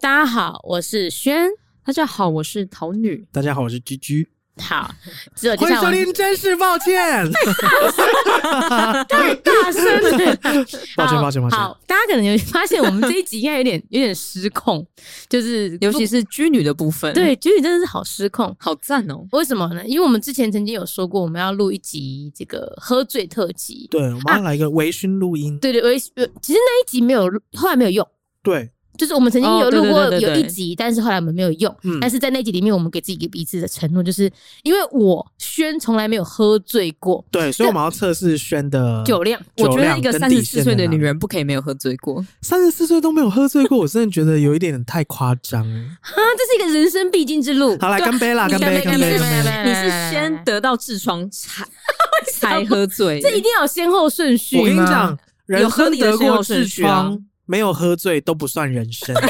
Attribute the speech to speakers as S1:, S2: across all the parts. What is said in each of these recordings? S1: 大家好，我是轩。
S2: 大家好，我是桃女。
S3: 大家好，我是居居，
S1: 好，自
S2: 呃
S1: 我介
S3: 欢迎
S1: 绍
S3: 收
S1: 完，
S3: 听，真是抱 歉，
S1: 太大声了，
S3: 抱歉
S1: 好
S3: 抱歉抱歉
S1: 好，大家可能有发现，我们这一集应该有点 有点失控，就是
S2: 尤其
S1: 是
S2: 是居女的部分，，
S1: 对，就是真的是好失控。
S2: 好赞哦！
S1: 为什么呢？因为我们之前曾经有说过，我们要录一集这个喝醉特辑。
S3: 对，我们要来一个微醺录音，
S2: 啊
S1: 对对，我也是呃其实那一集没有，后来没有用。
S3: 对，
S1: 就是我们曾经
S2: 哦
S1: 有
S2: 对
S1: 录
S2: 对
S1: 过
S2: 对对
S1: 有一
S2: 对
S1: 集，但是后来我们没有用。
S3: 嗯
S1: 但是在那集里面，我们给自己给彼此的承诺，就是因为我轩从来没有喝醉过
S3: 对，所以我们要测试轩的
S1: 酒量，
S2: 我觉得
S3: 量
S2: 一个
S3: 跟
S2: 三
S3: 底
S2: 十
S3: 线
S2: 四岁
S3: 在
S2: 的
S3: 哪
S2: 女人不可以没有喝醉过，
S3: 三十四岁都没有喝醉过，我真的觉得有一点太夸 张了。
S1: 啊，这是一个人生必经之路。
S3: 好，来干杯啦，
S1: 你
S3: 干杯，干
S1: 干
S3: 杯，
S1: 杯
S3: 干杯！
S1: 干
S2: 哎你
S1: 杯
S2: 是先得到痔疮才 才喝醉，
S1: 这一定要有先后顺序。
S3: 我跟你讲，，人
S2: 有合
S3: 生
S2: 理的
S3: 得
S2: 先
S3: 过
S2: 后顺
S3: 痔
S2: 序啊
S3: 疮，没有喝醉都不算人 生。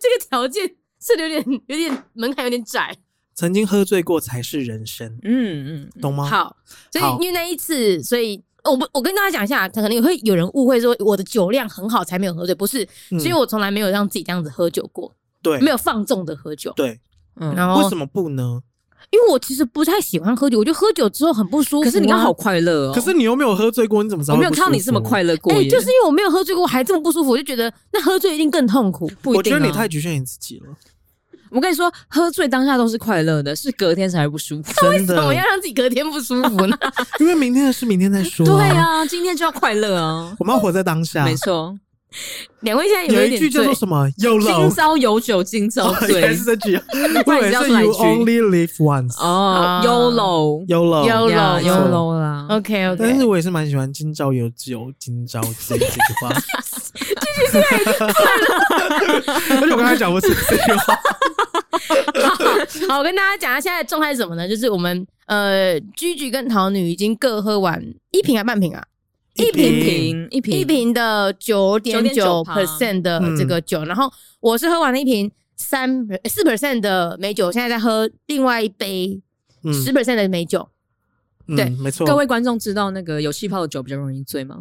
S1: 这个条件是有点有点门槛有点窄。
S3: 曾经喝醉过才是人生，
S2: 嗯嗯，
S3: 懂吗？
S1: 好，所以
S3: 哦好
S1: 因为那一次，所以。哦我不，我跟大家讲一下，可能会有人误会说我的酒量很好才没有喝醉，不是，
S3: 嗯
S1: 是因为我从来没有让自己这样子喝酒过，
S3: 对，
S1: 没
S3: 有
S1: 有放纵的喝酒。
S3: 对，
S2: 嗯
S1: 然后
S3: 为什么不呢？
S1: 因为我其实不太喜欢喝酒，我觉得喝酒之后很不舒服啊、
S2: 可是你刚好快乐哦，
S3: 可是你又没有喝醉过，你怎么知道？
S2: 我没有看到你这么快
S3: 乐，
S2: 乐
S1: 哎、
S2: 过耶，
S1: 就是因为我没有喝醉过，我还这么不舒服，我就觉得那喝醉一定更痛 苦。
S2: 不
S3: 我
S2: 一定
S3: 觉
S2: 啊。
S3: 得你太局限你自己了，
S2: 我跟你说，喝醉当下都是快乐的，是隔天才不舒服。
S3: 真
S1: 怎么
S3: 的
S1: 要，让自己隔天不舒服 呢？
S3: 因为明天的事明天再说。
S2: 对，啊，今天就要快乐 啊，
S3: 我们要活在当下。
S2: 没 错。
S1: 两位现在有没
S3: 有
S1: 有
S3: 一
S1: 点
S3: 句叫
S1: 醉
S3: 做什么 “YOLO”，
S2: 今朝有酒今朝
S3: 原来
S2: 醉
S3: 是这 句啊，我以
S2: 不然
S3: 为
S2: 你要
S3: 是
S2: 说哪一
S3: “You
S2: 句
S3: only live once”。
S2: 哦
S1: 啊
S2: ，YOLO。
S3: YOLO，
S1: YOLO
S2: 呀
S1: 没错
S2: YOLO 啦，
S1: ？OK
S3: 但
S1: OK，
S3: 是我也是蛮喜欢“今朝有酒今朝醉”这句 话。 而且我刚才讲过这这句话，
S1: 好，我跟大家讲一下啊现在的状态是什么呢？就是我们呃，居居跟桃女已经各喝完一瓶还半瓶啊，
S3: 一
S2: 一瓶一瓶
S1: 一瓶的九点九
S2: 9.9
S1: percent 的
S2: 嗯
S1: 这个酒，然后我是喝完了一瓶三呃四 percent 的美酒，我现在在喝另外一杯
S2: 嗯
S1: 十 percent 的美酒。
S3: 嗯，
S1: 对
S3: 嗯没错，
S2: 各位观众知道那个有气泡的酒比较容易醉吗？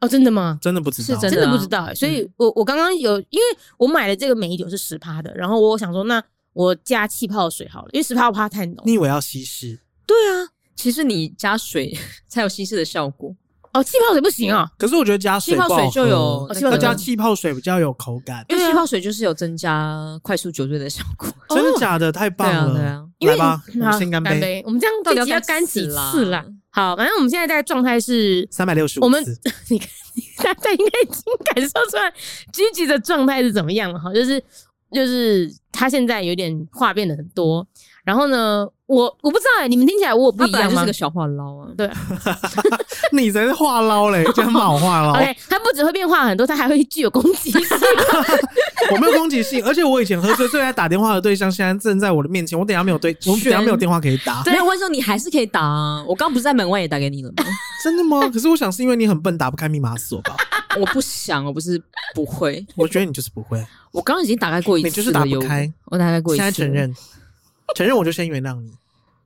S1: 哦，真的吗？
S3: 真的嗯不知道，
S2: 是真
S1: 真的
S2: 的啊
S1: 不知道、欸，所以我我刚刚有，因为我买的这个美酒是十趴的，然后我想说，那我加气泡水好了，因为十趴我怕太浓。
S3: 你以为要稀释，
S1: 对啊，
S2: 其实你加水 才有稀释的效果。
S1: 哦，气泡水不行啊、
S3: 可是我觉得加水
S2: 气泡
S3: 不好
S2: 水就有
S3: 喝
S1: 哦气泡水
S3: 要
S2: 那个，
S3: 加气泡水比较有口感，
S2: 因为
S1: 对啊
S2: 气泡水就是有增加快速酒醉的效果。
S1: 哦
S3: 真的假的？太棒
S2: 对啊对
S3: 了
S2: 啊，
S1: 因为
S3: 来吧，我
S1: 你
S3: 们
S1: 好
S3: 先干
S1: 干
S3: 杯，
S1: 杯，我们这样
S2: 到底要
S1: 这集要
S2: 干
S1: 干
S2: 几
S1: 几
S2: 次啦
S1: 次啦？好，反正我们现在大概状态是，
S3: 三百六十五，
S1: 我们 你看，大家应该已经感受出来居居的状态是怎么样了哈，就是就是他现在有点话变得很多，然后呢，我我不知道哎、你们听起来我有不
S2: 它
S1: 一
S2: 本来
S1: 样
S2: 就是
S1: 吗
S2: 个？小话痨啊，
S3: 你才是话唠嘞，这样骂我话唠，
S1: OK，他不只会变化很多，他还会具有攻击性。
S3: 我没有攻击性，而且我以前喝醉最爱打电话的对象，现在正在我的面前，我等一下没有对，我等一下没有电话可以打，
S2: 没有观众你还是可以打啊。我刚不是在门外也打给你了吗？
S3: 真的吗？可是我想是因为你很笨，打不开密码锁吧？
S2: 我不想，我不是不会，
S3: 我觉得你就是不会，
S2: 我刚刚已经打开过一次了，
S3: 你就是打不
S2: 有
S3: 开，
S2: 我打开过一
S3: 现
S2: 次，
S3: 在承。认，承认我就先原谅你。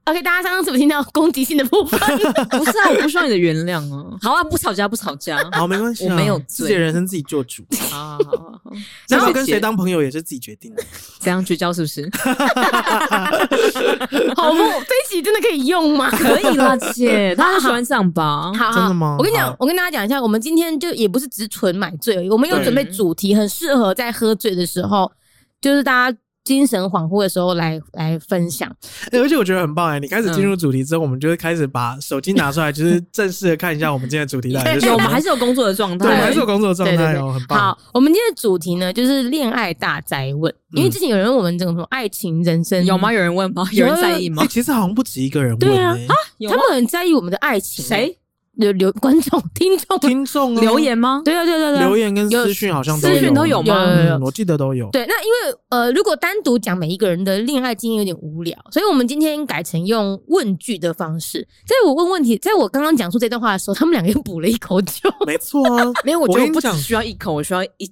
S1: OK，大家刚刚是不是听到攻击性的部 分？
S2: 不是啊，我不需要你的原谅啊。好啊，不吵架，不吵架。好
S3: 好，没关系啊，
S2: 我没有
S3: 自
S2: 醉
S3: 己的人生自己做主，
S2: 好好好好，
S3: 然后
S2: 谢谢
S3: 跟谁当朋友也是自己决定的。
S2: 怎样绝交是不是？
S1: 好不，这一集真的可以用 吗？
S2: 可以啦， 姐，大家喜欢这样
S1: 好
S2: 吧？
S1: 好，
S3: 真的吗
S1: 我跟你讲
S3: 好，
S1: 我跟大家讲一下，我们今天就也不是只纯买醉而已，我们有
S3: 对
S1: 准备主题，很适合在喝醉的时候，就是大家精神恍惚的时候来来分享。
S3: 欸而且我觉得很棒哎，你开始进入主题之后，我们就会开始把手机拿出来，就是正式的看一下我们今天的主题到底是什
S2: 有
S3: 么。
S2: 吗？还是有工作的状态？
S3: 对，我们还是有工作状
S1: 对对
S3: 态
S1: 对
S3: 哦，很，棒。
S1: 好，我们今天的主题呢就是恋爱大灾问，因为
S3: 嗯
S1: 之前有人问我们这种什么爱情人生
S2: 有吗？？有人问吗？
S1: 有
S2: 有人在意吗
S3: 欸？其实好像不止一个人问
S1: 对啊
S3: 欸
S2: 有
S1: 他
S2: 吗
S1: 们很在意我们的爱情，
S2: 谁
S1: 留留观众听众
S3: 听众啊
S2: 留言吗？
S1: 对啊，对啊，对啊，
S3: 留言跟
S1: 有
S3: 私讯好像
S2: 私讯都有吗
S1: 有有有
S3: 嗯我记得都有。
S1: 对，那因为呃，如果单独讲每一个人的恋爱经验有点无聊，所以我们今天改成用问句的方式。在我问问题，在我刚刚讲出这段话的时候，他们两个又补了一口酒，
S3: 没错 啊，
S2: 没有，我
S3: 我
S2: 觉得
S3: 跟
S2: 我
S3: 你
S2: 不只
S3: 讲
S2: 需要一口，我需要一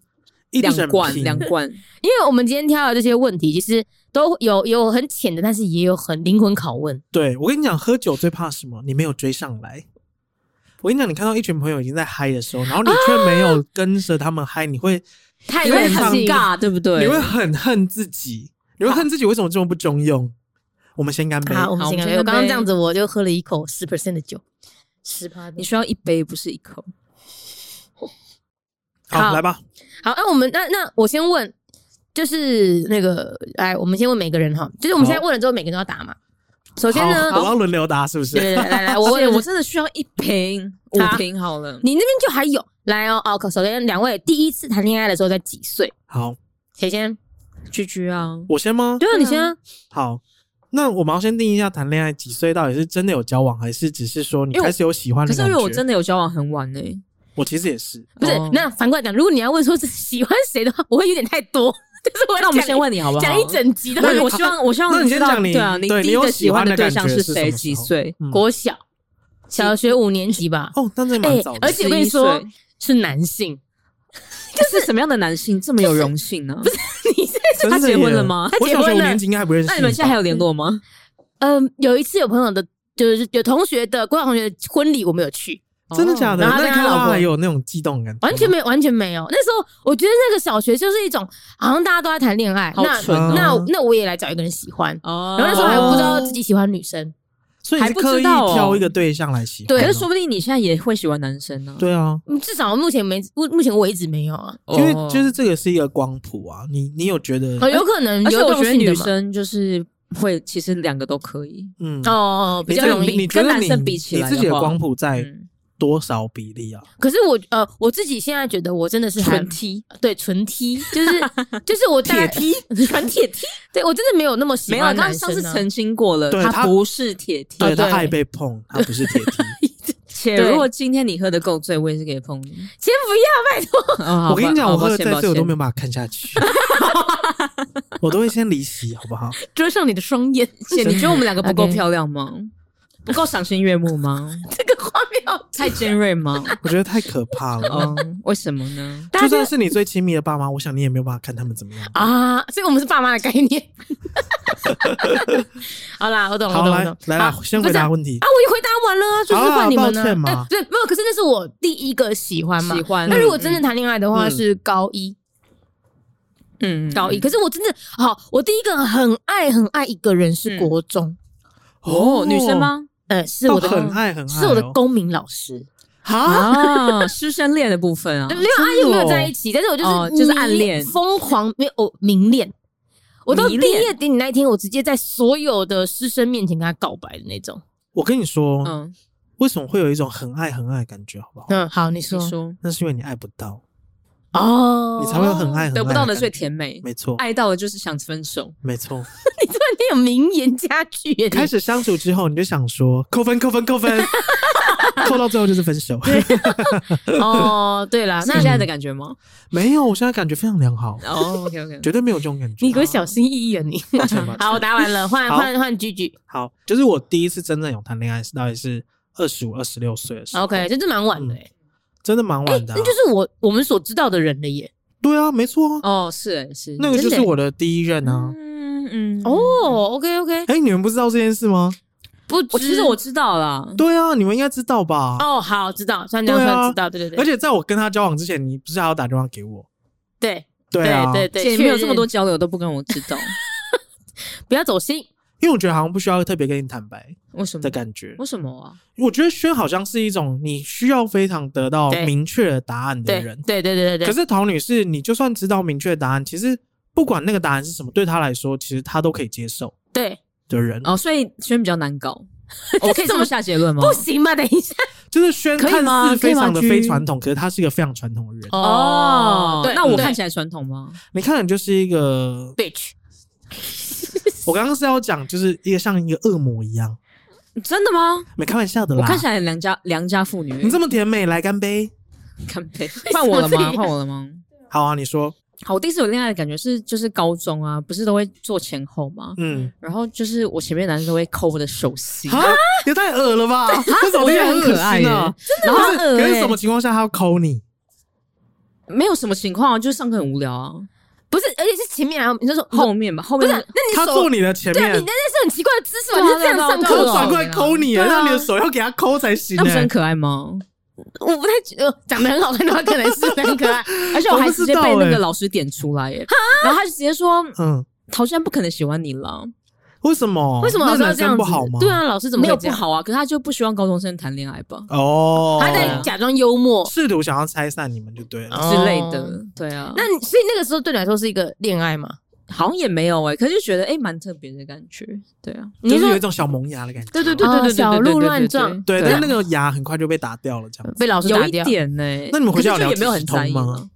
S3: 一
S2: 两
S3: 整
S2: 罐，
S3: 瓶
S2: 两 罐。
S1: 因为我们今天挑的这些问题，其实都有有很浅的，但是也有很灵魂拷问。
S3: 对我跟你讲，喝酒最怕什么？你没有追上来。我跟你讲，你看到一群朋友已经在嗨的时候，然后你却没有跟着他们嗨，你会
S1: 太
S2: 你会很
S1: 任性
S2: 尬，对不对？
S3: 你会很恨自己，你会恨自己为什么这么不中用。我们先干杯，
S1: 好，我们
S2: 好
S1: 先干
S2: 我们
S1: 杯。
S2: 先
S1: 我刚刚
S2: 干
S1: 这样
S2: 杯
S1: 子，我就喝了一口十 percent 的酒，十趴的
S2: 你。需要一杯，不是一口。
S3: 好
S1: 好
S3: 来吧。
S1: 好，那我们那那我先问，就是那个，哎，我们先问每个人哈，就是我们现在
S3: 好
S1: 问了之后，每个人都要答嘛。首先呢，
S3: 好我要轮流答，是不
S1: 对
S3: 是？
S1: 对对，来来，我
S2: 我
S1: 问
S2: 我
S1: 我，
S2: 真的需要一瓶，五
S1: 好
S2: 瓶好了。
S1: 你那边就还有来哦哦。首先，两位第一次谈恋爱的时候在几岁？
S3: 好，
S1: 谁先？
S2: 居居啊，
S3: 我先吗？
S1: 对啊，
S2: 啊
S1: 你先啊。
S3: 好，那我们要先定义一下谈恋爱几岁到底是真的有交往，还是只是说你
S2: 因为我
S3: 开始有喜欢
S2: 可
S3: 的
S2: 是
S3: 感
S2: 因
S3: 觉？
S2: 为我真的有交往很晚呢、
S3: 我其实也是，
S1: 不是
S2: 哦，
S1: 那反过来讲，如果你要问说是喜欢谁的话，我会有点太多。 就是我
S2: 那我们先问你好不好？
S1: 讲一整集的
S2: 那我希望我希望
S3: 那你先
S2: 知道
S3: 讲你
S2: 对啊，你
S3: 对
S2: 第
S3: 你
S2: 一
S3: 有
S2: 个
S3: 喜
S2: 喜
S3: 欢
S2: 欢
S3: 的
S2: 对
S3: 感
S2: 象
S3: 觉
S2: 是
S3: 是
S2: 谁？
S3: 什么
S2: 几
S3: 时候
S2: 岁？
S1: 国小小学五年级吧。
S3: 哦，那真的
S1: 哎
S3: 蛮早的，
S1: 而且我跟你说
S2: 11岁，
S1: 是男性，
S2: 就是什么样的男性这么有荣幸呢？不是
S1: 你是
S3: 真的
S2: 他结婚
S3: 耶
S2: 了吗
S1: 他
S3: 我
S1: 结
S3: 小学
S1: 婚
S3: 五
S1: 了
S3: 年级应该还不认识。
S2: 那你们现在还有联络吗？
S1: 嗯，有一次有朋友的，就是有同学的国小同学的婚礼，我没有去，
S3: 嗯真的
S2: 哦
S3: 假的？
S1: 然后
S3: 那
S1: 他跟
S3: 你看
S1: 他
S3: 到
S1: 老
S3: 他
S1: 婆
S3: 还有那种悸动感，
S1: 完全没有，完全没有。那时候我觉得那个小学就是一种好像大家都在谈恋爱，
S2: 好
S1: 那
S2: 蠢
S3: 哦
S1: 那那我也来找一个人喜欢。
S2: 哦
S1: 然后那时候还不知道自己喜欢女生，
S3: 所以你是
S2: 还不
S3: 刻意
S2: 知道哦
S3: 挑一个对象来喜欢。
S1: 对
S2: 可是说不定你现在也会喜欢男生呢。
S3: 对啊，
S1: 嗯至少目前没目目前为止没有啊。
S2: 哦，
S3: 因为就是这个是一个光谱啊，你你有觉得
S1: 哦，有可能
S2: 而且
S1: 流
S2: 我
S1: 动
S2: 觉得
S1: 性的
S2: 女
S1: 嘛。
S2: 生就是会，其实两个都可以。
S3: 嗯
S1: 哦，哦，哦比
S3: 你
S1: 较
S3: 这个
S1: 容
S3: 你
S1: 易
S3: 你。觉
S2: 跟
S3: 得
S2: 男
S3: 你
S2: 生比起
S3: 你
S2: 来
S3: 自
S2: 的
S3: 己的
S2: 话
S3: 光谱在
S2: 嗯，
S3: 多少比例啊？
S1: 可是我呃，我自己现在觉得我真的是还
S2: 纯 T
S1: 对纯 T，就是 就是我铁 T 纯铁 T，对我真的没有那么喜
S2: 没有，
S1: 欢
S2: 刚
S1: 男
S2: 上
S1: 生
S2: 次
S1: 啊
S2: 澄清过了，
S3: 对他
S2: 他不是铁 T。
S3: 对他
S1: 对
S3: 爱被碰，他不是铁梯。
S2: 且
S1: 对
S2: 如果今天你喝的够醉，我也是可以碰你。
S1: 先不要，
S2: 哦
S3: 我跟你讲，我喝了再
S2: 这
S3: 醉，我都没
S2: 有。
S3: 有办法看下去， 我都会先离席，好不好？
S1: 遮 上你的双眼，
S2: 姐，你觉得我们两个不够
S1: OK
S2: 漂亮吗？不够赏心悦目 吗？
S1: 这个画面好
S2: 太尖锐吗？
S3: 我觉得太可怕了。
S2: 哦，为什么呢？
S1: 大
S3: 就
S1: 家
S3: 算是你最亲密的爸妈，我想你也没有办法看他们怎么样。
S1: 啊！所以我们是爸妈的概念。 好啦，我懂了，我
S3: 好，
S1: 懂了，我
S3: 来
S1: 懂
S3: 来
S1: 好
S3: 啦，先
S1: 不
S3: 回
S1: 是
S3: 答问题
S1: 啊，。我已经回答完了啊，就是
S3: 好啦
S1: 换你们
S3: 抱歉
S1: 呢。
S3: 嘛
S1: 哎，对，没有，可是那是我第一个喜欢嘛
S2: 喜。欢？
S1: 那如果真的谈恋爱的话，
S3: 嗯
S1: 是高一，
S2: 嗯
S1: 高一。可是我真的好，我第一个很爱很爱一个人
S2: 嗯
S1: 是国中，
S2: 哦，女生？吗？
S1: 呃，是我的
S3: 哦很爱很爱哦
S1: 是我的公民老师。
S3: 啊，
S2: 啊，师生恋的部分啊
S1: 没，有暗恋没有在一起，但是我就是、
S2: 哦就是暗恋
S1: 疯狂没有哦明恋。我到毕
S2: 迷恋
S1: 业典礼那一天，我直接在所有的师生面前跟他告白的那种。
S3: 我跟你说，
S2: 嗯，
S3: 为什么会有一种很爱很爱的感觉，好不好？
S1: 嗯，好，你说
S2: 你说
S3: 那是因为你爱不到，
S1: 哦，
S3: 你才会 很爱很爱
S2: 得不到的
S3: 感
S2: 最
S3: 觉
S2: 甜美，
S3: 没错，
S2: 爱到的就是想分 手。
S3: 没错。
S1: 你突然间有名言佳句耶，
S3: 开
S1: 你
S3: 始相处之后，你就想说扣分、扣分、扣分，扣到最后就是分手。
S1: 哦，对啦，
S2: 那
S1: 那
S2: 现在的感觉吗？
S3: 没有，我现在感觉非常良好，
S2: 哦，OK OK，
S3: 绝对没有这种感
S1: 嗯
S3: 觉。
S1: 你给我小心翼翼啊你。
S3: 抱歉抱 歉
S1: 好，我答完了，换
S3: 好
S1: 换换 G G。
S3: 好，就是我第一次真正有谈恋爱，是大概是二十五、二十六岁的时候
S1: OK，这是蛮晚的
S3: 嗯
S1: 耶，
S3: 真的蛮晚的啊、
S1: 哎那就是我我们所知道的人了耶。
S3: 对啊，没错啊，
S2: 哦，是哎是
S3: 那个就
S1: 真的
S3: 是
S1: 耶
S3: 我的第一任啊。
S2: 嗯嗯
S1: 哦，OK OK，
S3: 哎、你们不知道这件事吗？
S1: 嗯不知，
S2: 我其实我知道啦，
S3: 对啊，你们应该知道吧？
S1: 哦，好知道，算这样
S3: 对啊
S1: 算知道，对对对，
S3: 而且在我跟他交往之前，你不是还要打电话给我？
S1: 对
S3: 对啊，
S1: 对对，
S2: 姐
S1: 确
S2: 没有
S1: 认
S2: 这么多，交流都不跟我知道，
S1: 不要走心。
S3: 因为我觉得好像不需要特别跟你坦白
S2: 为
S1: 嗯
S2: 什么
S3: 的？感觉。
S2: 为什么啊？
S3: 我觉得轩好像是一种你需要非常得到
S1: 对
S3: 明确的答案的
S1: 对
S3: 人，
S1: 对对对对对。
S3: 可是桃女是你就算知道明确的答案，其实不管那个答案是什么，对她来说，其实她都可以接受
S1: 对，
S3: 的人。
S2: 哦，所以轩比较难搞， 我可以这么下结论
S3: 嗯
S2: 吗？
S1: 不行吧？等一下，
S3: 就是轩
S2: 可以
S3: 看
S2: 吗
S3: 似非常的
S2: 可以吗
S3: 非
S2: 居
S3: 传统，可是他是一个非常传统
S1: 哦
S3: 的人。
S2: 哦，
S1: 对，
S2: 那我
S1: 对
S2: 看起来传统吗？
S3: 你看，你就是一个，
S1: bitch，
S3: 我刚刚是要讲，就是一个像一个恶魔一样，
S2: 真的吗？
S3: 没开玩笑的
S2: 我
S3: 啦。
S2: 看起来很良家良家妇女，
S3: 你这么甜美，来干杯。
S2: 干杯，换我
S1: 为什
S2: 了吗？
S1: 么这样
S2: 换我了吗？
S3: 好啊，你说，
S2: 好，我第一次有恋爱的感觉是，就是高中啊，不是都会坐前后吗？
S3: 嗯，
S2: 然后就是我前面的男生都会抠我的手心，
S3: 啊，也太恶了吧？这种
S2: 我觉
S3: 也
S2: 得
S3: 很
S2: 很可爱耶，
S3: 恶心啊。
S2: 真的
S3: 不
S2: 吗？
S3: 是，可是什么情况下他要抠你？
S2: 没有什么情况啊，就是上课很无聊啊。
S1: 不是，而且是前面还有你就
S3: 嗯
S1: 说
S2: 后面吧，后
S1: 哦不
S2: 面
S1: 是，那你
S3: 他
S1: 手
S3: 坐你的前
S1: 对啊，
S3: 面
S1: 你，那是很奇怪的姿势吧？
S2: 对
S1: 你
S2: 啊
S1: 是这样上
S2: 对啊
S1: 课
S3: 可
S2: 对
S3: 是
S2: 啊
S1: 哦
S3: 反过来抠你耶，
S2: 对啊
S3: 让你的手要给他抠才行欸
S2: 那不是
S3: 耶
S2: 很。可爱吗？
S1: 哦我不太觉得呃长得很好看的话，可能是啊很可爱。
S3: 哦
S2: 而且我还
S3: 我不知
S2: 直接
S3: 道
S2: 被那
S3: 欸
S2: 个老师点出来耶，然后他就直接说
S3: 嗯，
S2: 陶山不可能喜欢你了，
S3: 为什么？
S1: 为什么老
S3: 那
S1: 师要
S3: 男
S1: 这样子？
S3: 生不好吗？
S1: 对啊，老师怎么
S2: 没
S1: 会
S2: 有
S1: 这
S2: 不
S1: 样？
S2: 好啊，可是他就不希望高中生谈恋爱吧
S3: 哦，
S1: 他在假装幽默
S3: 试图想要拆散你们就对了。
S1: 哦
S2: 之类的，对啊，
S1: 那你所以那个时候对你来说是一个恋爱吗？
S2: 好像也没有哎，可是就觉得哎蛮特别的感觉，对啊，
S3: 就
S1: 你
S3: 是
S1: 说
S3: 有一种小萌芽的感觉，
S2: 对对啊对
S1: 哦
S2: 对对，
S1: 小鹿乱撞
S3: 对，但
S2: 但
S3: 是那个芽很快就被打掉了，这样子。
S1: 被老师
S2: 有
S1: 打
S2: 一
S1: 掉？
S2: 点呢，
S3: 那你们回家有
S2: 可是就
S3: 聊
S2: 也没有
S3: 即
S2: 很
S3: 时
S2: 在
S3: 通
S2: 意
S3: 吗
S2: 了？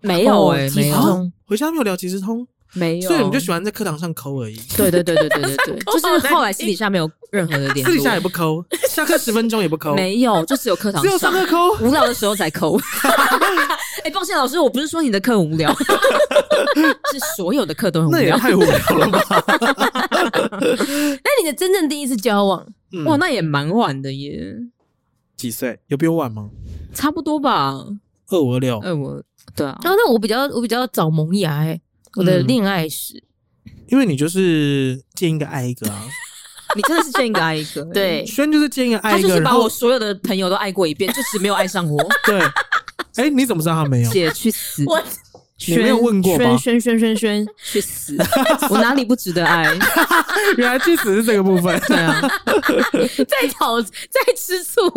S2: 没有
S1: 哦
S2: 哎，
S1: 即
S2: 没
S1: 时
S2: 有
S1: 通
S3: 回家没有聊即时通，
S2: 没有，
S3: 所以你们就喜欢在课堂上抠而已，私
S2: 对对对对对对 对，
S1: 口
S2: 就是后来私底下没有任何的联络，
S3: 底下也不 抠，下课十分钟也不抠，
S2: 没有，就只有课堂
S3: 只有上课抠。
S2: 无聊的时候才抠。 哎、抱歉，老师，我不是说你的课很无聊， 是所有的课都很无
S3: 那也
S2: 聊。
S3: 太无聊了 吧？
S1: 那你的真正第一次交往，
S3: 嗯
S2: 哇，那也蛮晚的耶，
S3: 几岁？有比我晚吗？
S2: 差不多吧？
S3: 二五二六
S2: 哎、，我对啊，
S1: 然后那我比较我比较早萌芽哎、我的
S3: 嗯
S1: 恋爱 史。
S3: 因为你就是见一个爱一个啊，
S2: 你真的是见一个爱 一个、哎
S1: 对
S3: 轩就是见一个爱
S2: 他
S3: 一
S2: 就
S3: 个，
S2: 是
S3: 然
S2: 把我
S3: 后
S2: 所有的朋友都爱过一遍，就只没有爱上我。
S3: 对，哎，你怎么知道他 没有？
S2: 姐去死！
S1: 我
S3: 你没有问过吧
S2: 轩？轩轩轩轩去死！ 我哪里不值得爱？
S3: 原来去死是这个部分，
S2: 对 啊，
S1: 再讨再吃醋，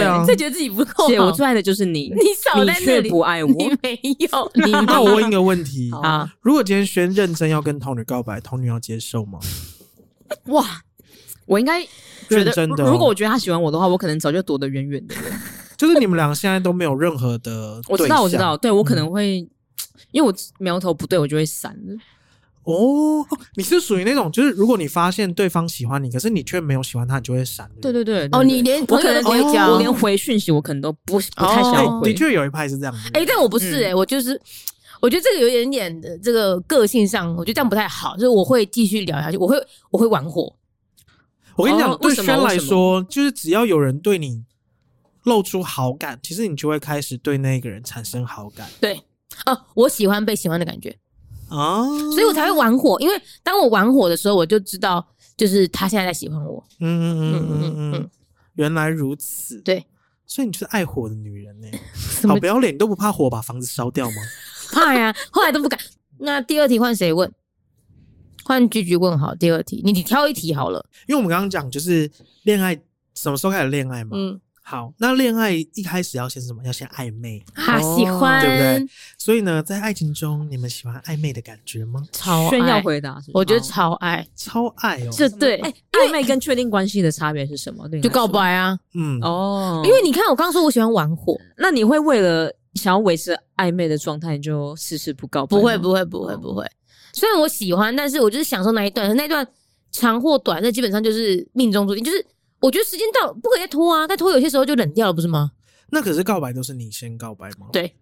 S3: 啊
S1: 再觉得自己不够
S2: 姐，
S1: 好
S2: 我最爱的就是 你，
S1: 你少在那
S2: 你却
S1: 里
S2: 不爱我。
S1: 你没 有，你
S3: 那我问一个问题：
S2: 好
S1: 啊，
S3: 如果今天轩认真要跟童女告白，童女要接受吗？
S2: 哇，我应该觉
S3: 认
S2: 得，
S3: 真的哦
S2: 如如果我觉得他喜欢我的话，我可能早就躲得远远的了。
S3: 就是你们两个现在都没有任何的
S2: 我知
S3: 对象嗯
S2: 道，我知道，对我可能会，因为我苗头不对，我就会闪了。
S3: 哦，你是属于那种，就是如果你发现对方喜欢你，可是你却没有喜欢他，你就会闪。
S2: 对对对，
S1: 哦，
S2: 对
S1: 你连
S2: 我
S1: 朋
S2: 可
S1: 友都
S2: 能
S1: 不会
S2: 连
S1: 交，
S2: 我连回讯息，我可能都不不太想
S3: 哎
S1: 哦
S2: 回
S3: 的。确有一派是这样的。
S1: 哎、但我不
S3: 嗯
S1: 是哎、我就是。我觉得这个有一点点的这个个性上，我觉得这样不太好。就是我会继续聊下去，我会我会玩火，
S3: 我跟你讲，
S2: 哦
S3: 对
S2: 为什么
S3: 轩来
S2: 为什么
S3: 说，就是只要有人对你露出好感，其实你就会开始对那个人产生好感
S1: 对啊，我喜欢被喜欢的感觉，
S3: 啊。
S1: 所以我才会玩火。因为当我玩火的时候，我就知道就是他现在在喜欢我。
S3: 嗯嗯嗯嗯嗯
S1: 嗯嗯
S3: 嗯
S1: 嗯，
S3: 原来如此。
S1: 对，
S3: 所以你就是爱火的女人呢、
S1: 么
S3: 好不要脸，你都不怕火把房子烧掉吗？
S1: 怕呀，啊后来都不敢。那第二题换谁问？换句句问好。第二题，你你挑一题好了。
S3: 因为我们刚刚讲就是恋爱什么时候开始恋爱嘛。
S1: 嗯，
S3: 好，那恋爱一开始要先什么？要先暧昧，
S1: 啊，
S2: 哦
S1: 喜欢，
S3: 对不对？所以呢，在爱情中，你们喜欢暧昧的感觉吗？
S1: 超爱
S2: 炫耀，回答是不是，
S1: 我觉得
S3: 哦
S2: 好
S1: 超爱，
S3: 超爱哦，
S1: 这对，
S2: 哎，暧昧跟确定关系的差别是什么？对你
S1: 就
S2: 来说
S1: 告白啊。
S3: 嗯，
S2: 哦，
S1: 因为你看，我刚刚说我喜欢玩火，
S2: 那你会为了想要维持暧昧的状态，你就事事不告白吗？
S1: 不
S3: 啊
S1: 会，不会，不会，不会。虽然我喜欢，但是我就是享受那一段，那一段长或短，那基本上就是命中注定。就是我觉得时间到了，不可以再拖啊，再拖有些时候就冷掉了，不是吗？
S3: 那可是告白都是你先告白吗？
S1: 对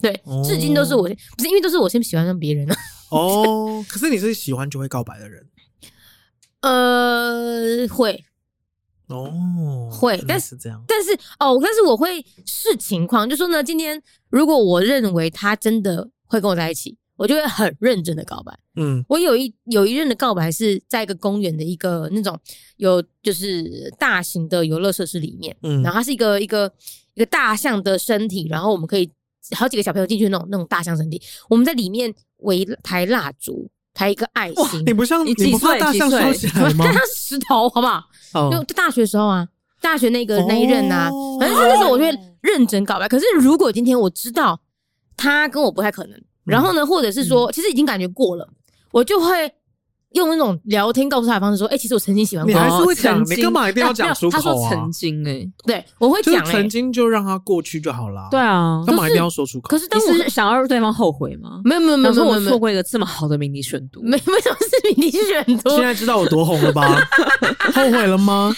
S1: 对
S3: 哦，
S1: 至今都是我，不是因为都是我先喜欢上别人啊。
S3: 哦，可是你是喜欢就会告白的人
S1: 呃，会，
S3: 哦，
S1: 会
S3: 原来
S1: 但
S3: 是这样，
S1: 但是哦，但是我会视情况，就说呢，今天如果我认为他真的会跟我在一起，我就会很认真的告白。
S3: 嗯
S1: 我有一有一任的告白是在一个公园的一个那种有就是大型的游乐设施里面，
S3: 嗯
S1: 然后它是一个一个一个大象的身体，然后我们可以好几个小朋友进去那种那种大象身体，我们在里面围排蜡烛，排一个爱
S3: 哇，
S1: 心
S3: 你，不像
S2: 你几
S3: 你不怕
S2: 岁
S3: 大
S2: 几
S3: 象
S2: 岁
S3: 烧起来吗
S1: 但？它是石头，好不好？就
S3: 哦，
S1: 就大学时候啊，大学那个那一任啊
S3: 哦，
S1: 反正那时候我就会认真告白。可是如果今天我知道他跟我不太可能，然后呢，或者是说其实已经感觉过了，我就会用那种聊天告诉他的方式说，哎，其实我曾经喜欢
S3: 你
S1: 过
S3: 还
S1: 你，
S3: 是会讲，你干嘛一定要
S2: 啊没
S3: 讲
S2: 有
S3: 出
S2: 他
S3: 口
S2: 说
S3: 啊？
S2: 曾经哎，
S1: 对我会
S3: 就
S1: 讲
S3: 是
S1: 哎
S3: 曾。经就让它过去就好啦。
S2: 对，啊，
S3: 干嘛一定要说出口？
S1: 可是
S2: 你
S1: 当我
S2: 是想要让对方后悔吗？
S1: 没有没有没
S2: 想
S1: 有没
S2: 说我
S1: 有没
S2: 错
S1: 有
S2: 过一个这么好的迷你选读，
S1: 没没什么事情，你选
S3: 现
S1: 多
S3: 在知道我多红 了吧？后悔了吗？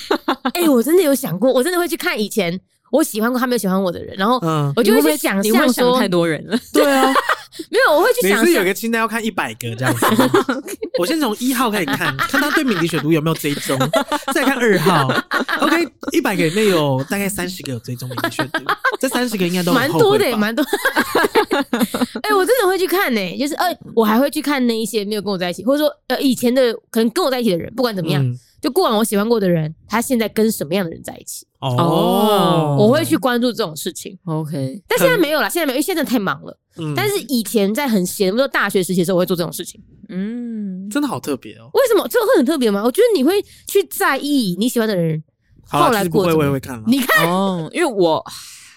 S1: 哎，我真的有想过，我真的会去看以前我喜欢过他没有喜欢我的人，然后
S3: 嗯，
S1: 我就
S2: 你
S1: 会
S2: 会
S1: 去想
S2: 你会
S1: 象
S2: 想
S1: 说，
S2: 太多人了。
S3: 对啊，
S1: 没有，我会去
S3: 你
S1: 想
S3: 是有
S1: 象
S3: 个清单要看一百个这 样子吗。我先从一号开始看， 看他对敏迪选读有没有追踪， 再看二号。OK，一百个里面有大概三十个有追踪敏迪选 读，这三十个应该都很
S1: 蛮
S3: 后
S1: 多
S3: 悔
S1: 的耶，
S3: 吧
S1: 蛮多。 哎、我真的会去看呢、呃就是哎、我还会去看那一些没有跟我在一起，或者说呃以前的可能跟我在一起的人，不管怎么样，
S3: 嗯
S1: 就过往我喜欢过的人，他现在跟什么样的人在一起，
S2: 哦
S1: 我会去关注这种事情。
S2: OK，
S1: 但现在没有了，现在没有，因为现在太忙了。
S3: 嗯
S1: 但是以前在很闲，比如说大学时期的时候，我会做这种事情。
S2: 嗯，
S3: 真的好特别哦。
S1: 为什么这会很特别吗？我觉得你会去在意你喜欢的人，
S3: 好啦
S1: 后来
S3: 其实不
S1: 过
S3: 会，
S1: 怎么
S3: 我也会看了。
S1: 你看，
S2: 哦，因为我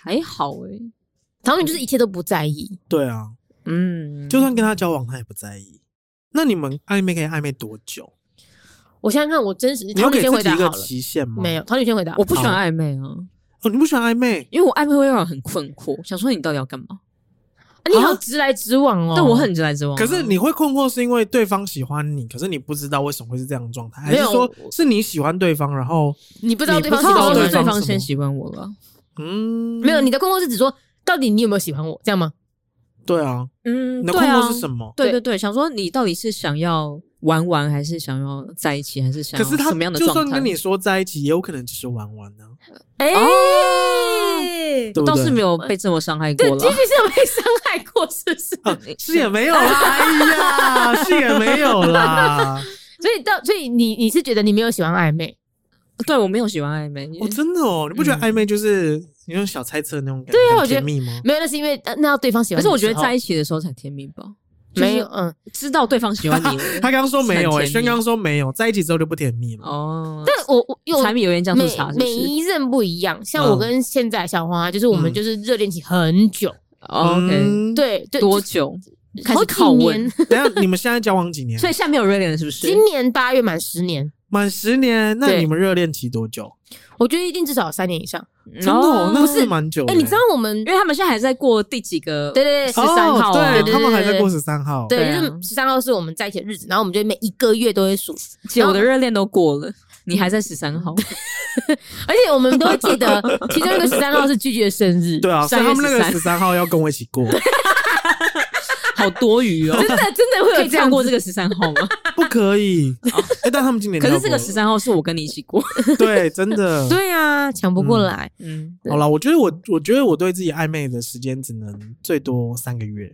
S2: 还好哎、
S1: 唐敏就是一切都不在意。
S3: 对啊，
S2: 嗯，
S3: 就算跟他交往，他也不在意。那你们暧昧可以暧昧多久？
S1: 我想想看，我真实
S3: 你
S1: 唐
S3: 有
S1: 女
S3: 给
S1: 先
S3: 自
S1: 回
S3: 己
S1: 答
S3: 一个
S1: 好了，
S3: 期限吗？
S1: 没有，唐女先回答。
S2: 我不喜欢暧昧啊，
S3: 哦，你不喜欢暧昧？
S2: 因为我暧昧会让人很困惑，想说你到底要干嘛？
S1: 啊你好直来直往哦，
S2: 但我很直来直往啊、
S3: 可是你会困惑，是因为对方喜欢你，可是你不知道为什么会是这样的状态，还
S1: 没
S3: 是
S1: 有
S3: 说是你喜欢对方，然后
S1: 你不知道
S3: 你
S1: 对
S2: 我
S1: 方
S2: 知
S1: 喜欢
S2: 道
S1: 我
S3: 不
S2: 是
S3: 知道
S1: 吗
S2: 对
S3: 对方什
S2: 方
S3: 么
S2: 先喜欢我了，
S3: 嗯，
S1: 没有，你的困惑是指说到底你有没有喜欢我这样吗？
S3: 对啊，
S2: 嗯
S3: 你的困惑是什
S2: 么？
S3: 么？
S2: 对对对，想说你到底是想要玩玩，还是想要在一起，还是想
S3: 可
S2: 要
S3: 是他
S2: 啊什么样的
S3: 就
S2: 状态？
S3: 算跟你说在一起，也有可能只是玩玩呢、
S1: 哎、
S2: 哦
S1: 哦
S3: 对不
S2: 倒
S3: 对
S2: 是没有被这么伤害过
S1: 对，
S2: 了
S1: 其。实是有被伤害过，是不是？
S3: 啊，是也 没有啦，哎呀，是也没有啦。
S1: 所以到，所以你你是觉得你没有喜欢暧昧？
S2: 对我没有喜欢暧昧，
S3: 哦，真的哦，你不觉得
S2: 嗯
S3: 暧昧就是你用小猜测那种感觉？对
S1: 啊
S3: 很
S1: 我觉得
S3: 甜蜜吗？
S1: 没有，那是因为呃那要对方喜
S2: 可
S1: 欢你的
S2: 是
S1: 时候。
S2: 我觉得在一起的时候才甜蜜吧，就是
S1: 没有，嗯，
S2: 知道对方喜欢你了
S3: 他刚刚说没有、欸，
S2: 很甜蜜
S3: 轩刚刚说没有，在一起之后就不甜蜜了。
S2: 哦。
S1: 但我我有
S2: 柴米油盐酱醋
S1: 每
S2: 茶是不
S1: 每
S2: 是
S1: 一任不一样，像
S3: 嗯
S1: 我跟现在小花，就是我们
S3: 嗯
S1: 就是热恋期很久，
S2: 哦？OK，
S3: 嗯，
S1: 对对，
S2: 多
S1: 就
S2: 久开始
S1: 好几
S2: 拷问
S1: 年？，
S3: 等一下你们现在交往几年？
S2: 所以现在没有 r e l i o n 是不是？
S1: 今年八月满十年，
S3: 满十年，那
S1: 对
S3: 你们热恋期多久？
S1: 我觉得一定至少有三年以上。
S3: 真的、哦，那是蛮久的、
S1: 哎，你知道我们
S2: 因为他们现在还在过第几个？
S1: 对对对
S2: 13号
S3: 哦、
S2: 啊
S3: 对
S1: 对对
S3: 他们还在过十三号。
S1: 对，
S2: 对啊
S1: 就是十三号是我们在一起的日子，然后我们就每一个月都会数，
S2: 姐，我的热恋都过了，你还在十三号，
S1: 而且我们都会记得其中一个十三号是拒绝生日，
S3: 对啊，所以
S2: 3
S3: 他
S2: 月
S3: 们那个
S2: 13
S3: 十三号要跟我一起过，
S2: 好多余哦。
S1: 真的真的会
S2: 可
S1: 有
S2: 以
S1: 这
S2: 这样
S1: 样
S2: 过
S1: 过这
S2: 这
S1: 个，
S2: 个十三号吗？
S3: 不可以。哎，但他们今年
S2: 可是这个
S3: 跳
S2: 十三号是我跟你一起过。
S3: 过对，真的。
S1: 对啊，抢不过来。
S2: 嗯，
S3: 好了，我觉得我我觉得我对自己暧昧的时间只能最多三个月。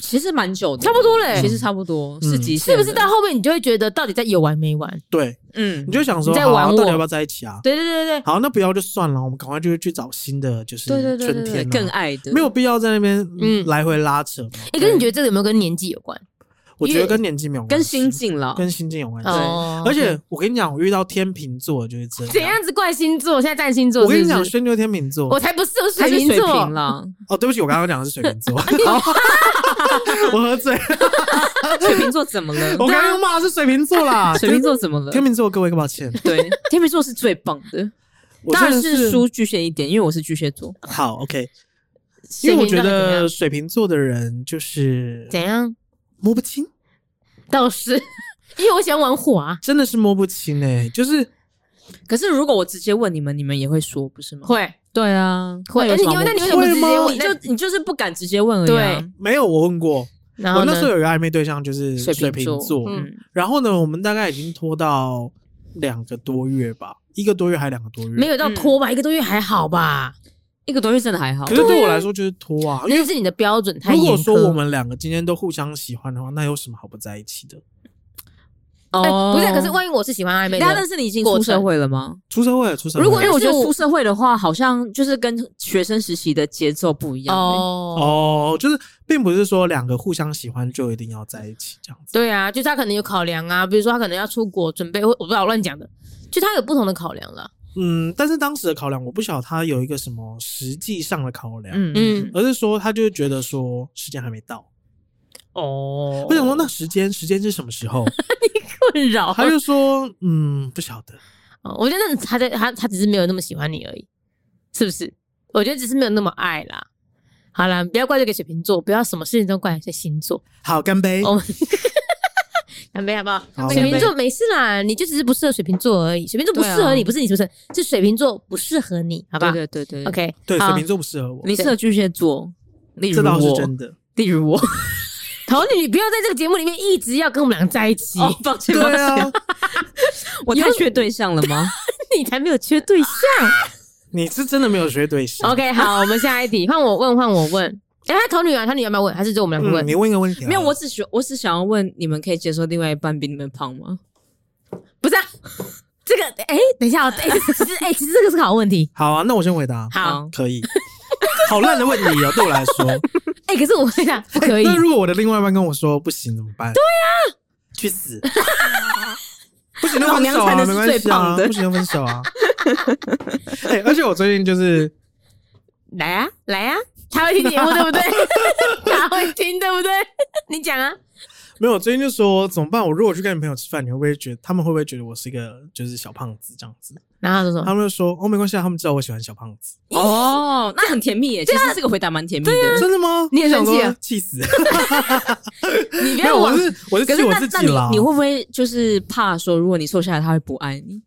S2: 其实蛮久的，
S1: 差不多嘞
S2: 其实差不多
S3: 嗯
S2: 是极限
S1: 是
S2: 了，
S1: 不是到后面你就会觉得到底在有完没完？
S3: 对，
S2: 嗯
S3: 你就想说，
S1: 你在
S3: 好啊
S1: 玩我
S3: 到底要不要在一起啊？
S1: 对对对对对，
S3: 好，那不要就算了，我们赶快就去找新的，就是
S2: 对对对
S3: 春
S2: 对对，
S3: 天啊
S2: 更爱的
S3: 没有必要在那边嗯
S1: 嗯
S3: 来回拉扯嘛。
S1: 哎、可是你觉得这个有没有跟年纪有关？
S3: 我觉
S1: 因
S3: 得
S1: 为
S3: 跟年纪没有关
S2: 跟
S3: 系，
S2: 心境了。
S3: 跟心境有关系。
S1: 哦
S3: 而且我跟你讲，我遇到天秤座就是这
S1: 怎样子怪星座？现在占星座
S3: 我
S1: 是不是，
S3: 跟你讲，轩就是天秤座
S1: 我。才不是，我是
S2: 还
S1: 水
S2: 是
S1: 瓶
S2: 水
S1: 座。
S2: 平啦，
S3: 哦，对不起，我刚刚讲的是水 瓶座， 我喝醉了。
S1: 啊
S2: 水瓶座怎么了？啊
S3: 我刚刚骂的是水瓶座 啦。
S2: 水瓶座怎么了？
S3: 天秤座，各位抱歉。
S2: 对， 天秤座是最棒的，
S3: 我
S2: 当
S3: 真
S2: 然
S3: 的
S2: 是输巨蟹一点，因为我是巨蟹座。
S3: 好 OK，
S1: 水
S3: 因为我
S1: 瓶座
S3: 觉
S1: 还怎
S3: 得
S1: 样
S3: 水瓶座的人就是
S1: 怎样
S3: 摸不清，
S1: 倒是，因为我喜欢玩火啊，
S3: 真的是摸不清哎、就是
S2: 可是如果我直接问你们，你们也会说不是吗？，
S1: 会
S2: 对啊，
S1: 会。
S2: 有
S1: 哎、
S2: 什
S1: 你
S2: 么好
S1: 那你为什么
S3: 会
S1: 直接
S3: 吗
S1: 问？
S2: 你
S1: 那
S2: 就你就是不敢直接问而已啊、
S3: 没有我问过，
S1: 然
S3: 我
S1: 后
S3: 那
S1: 呢？
S3: 时候有个暧昧对象就是
S2: 水
S3: 水瓶
S2: 瓶座
S3: 座，
S1: 嗯
S3: 然后呢，我们大概已经拖到两个多月吧，一个多月还两个多月，
S1: 没有到拖吧，一个多月还好吧？
S2: 一个多月真的还好
S3: 可。是对我来说就是拖啊，
S1: 那
S3: 因
S1: 就
S3: 为
S1: 是你的标准太
S3: 如
S1: 严苛。
S3: 果说我们两个今天都互相喜欢的话，那有什么好不在一起的？
S1: 哎、
S2: 哦
S1: 不是，可是万一我是喜欢暧昧
S2: 但
S1: 的
S2: 但，是你已经出社会了吗？
S3: 出社会了，出社会了。
S1: 如果
S2: 因为我觉得
S1: 但是
S2: 出
S1: 我
S2: 社会的话，好像就是跟学生实习的节奏不一样、欸。
S1: 哦，
S3: 哦，就是并不是说两个互相喜欢就一定要在一起这样子。
S1: 对啊，就是他可能有考量啊，比如说他可能要出国准备，或我不知道我乱讲的，就他有不同的考量了。
S3: 嗯，但是当时的考量，我不晓得他有一个什么实际上的考量，
S2: 嗯嗯
S1: 嗯，
S3: 而是说他就是觉得说时间还没到。
S1: 哦，
S3: 我想说，那时间时间是什么时候？
S1: 困扰。
S3: 他就说，嗯，不晓得。
S1: 哦我觉得他在他他只是没有那么喜欢你而已，是不是？我觉得只是没有那么爱啦。好啦，不要怪罪给水瓶座，不要什么事情都怪这星座。
S3: 好，干杯。
S1: 哦干杯好不好？
S3: 好
S1: 水瓶
S3: 干
S1: 座没事啦，你就只是不适合水瓶座而已。水瓶座不适合
S2: 对
S1: 你，
S2: 啊
S1: 不是你是不是？是水瓶座不适合你，好不好
S2: 对对对对
S1: ？OK，
S3: 对，水
S1: 好
S3: 瓶，座不适合我，
S2: 你适合巨蟹座，例如
S3: 这倒是
S2: 我，
S3: 真的。
S2: 例如
S1: 哦
S2: 我。
S1: 头女，你不要在这个节目里面一直要跟我们俩在一起，
S2: 哦，抱歉
S3: 对
S2: 抱
S3: 啊
S2: 歉，，我太缺对象了 吗？
S1: 你才没有缺对象。
S3: 你是真的没有学对 象。
S1: OK，好，我们下一题，换我问，换我问。哎，头女啊，头女要不要问？还是只有我们两个
S3: 嗯，
S1: 问？
S3: 你问一个问题好了。
S2: 没有，我只想我只想要问，你们可以接受另外一半比你们胖吗？
S1: 不是啊，这个哎、等一下哦，哎、其实哎、其实这个是个好问题。
S3: 好啊，那我先回答，
S1: 好，
S3: 可以。好烂的问题哦，对我来 说，
S1: 哎、可是我跟你 讲，不
S3: 哎
S1: 可以。
S3: 那如果我的另外一半跟我说不行怎么办？对
S2: 啊
S3: 呀、去 死！不行就分手
S2: 老娘才
S3: 啊，
S2: 能
S3: 没
S2: 是
S3: 关系
S2: 最
S3: 啊，
S2: 棒的
S3: 不行就分手啊。 哎、而且我最近就是
S1: 来啊，来啊，他会听节目对 不对？他会听对不对？你讲啊，
S3: 没有，我最近就说怎么办？我如果去跟你朋友吃饭，你会不会觉得他们会不会觉得我是一个就是小胖子这样子？
S1: 然后他就
S2: 嗯
S1: 说
S3: 他们就说哦，没关系啊，他们知道我喜欢小胖子。
S2: 哦，那很甜蜜耶，其
S1: 啊
S2: 实这个回答蛮甜蜜的。
S3: 真的吗？
S1: 你很生气啊
S3: 我想说？气死！
S1: 你不
S3: 没
S1: 要
S3: 有，我
S1: 往
S3: 是我是
S2: 可
S3: 气
S2: 是
S3: 我
S2: 那
S3: 自
S2: 那
S3: 己
S2: 你
S3: 啦。
S2: 你会不会就是怕说，如果你瘦下来，他会不爱你？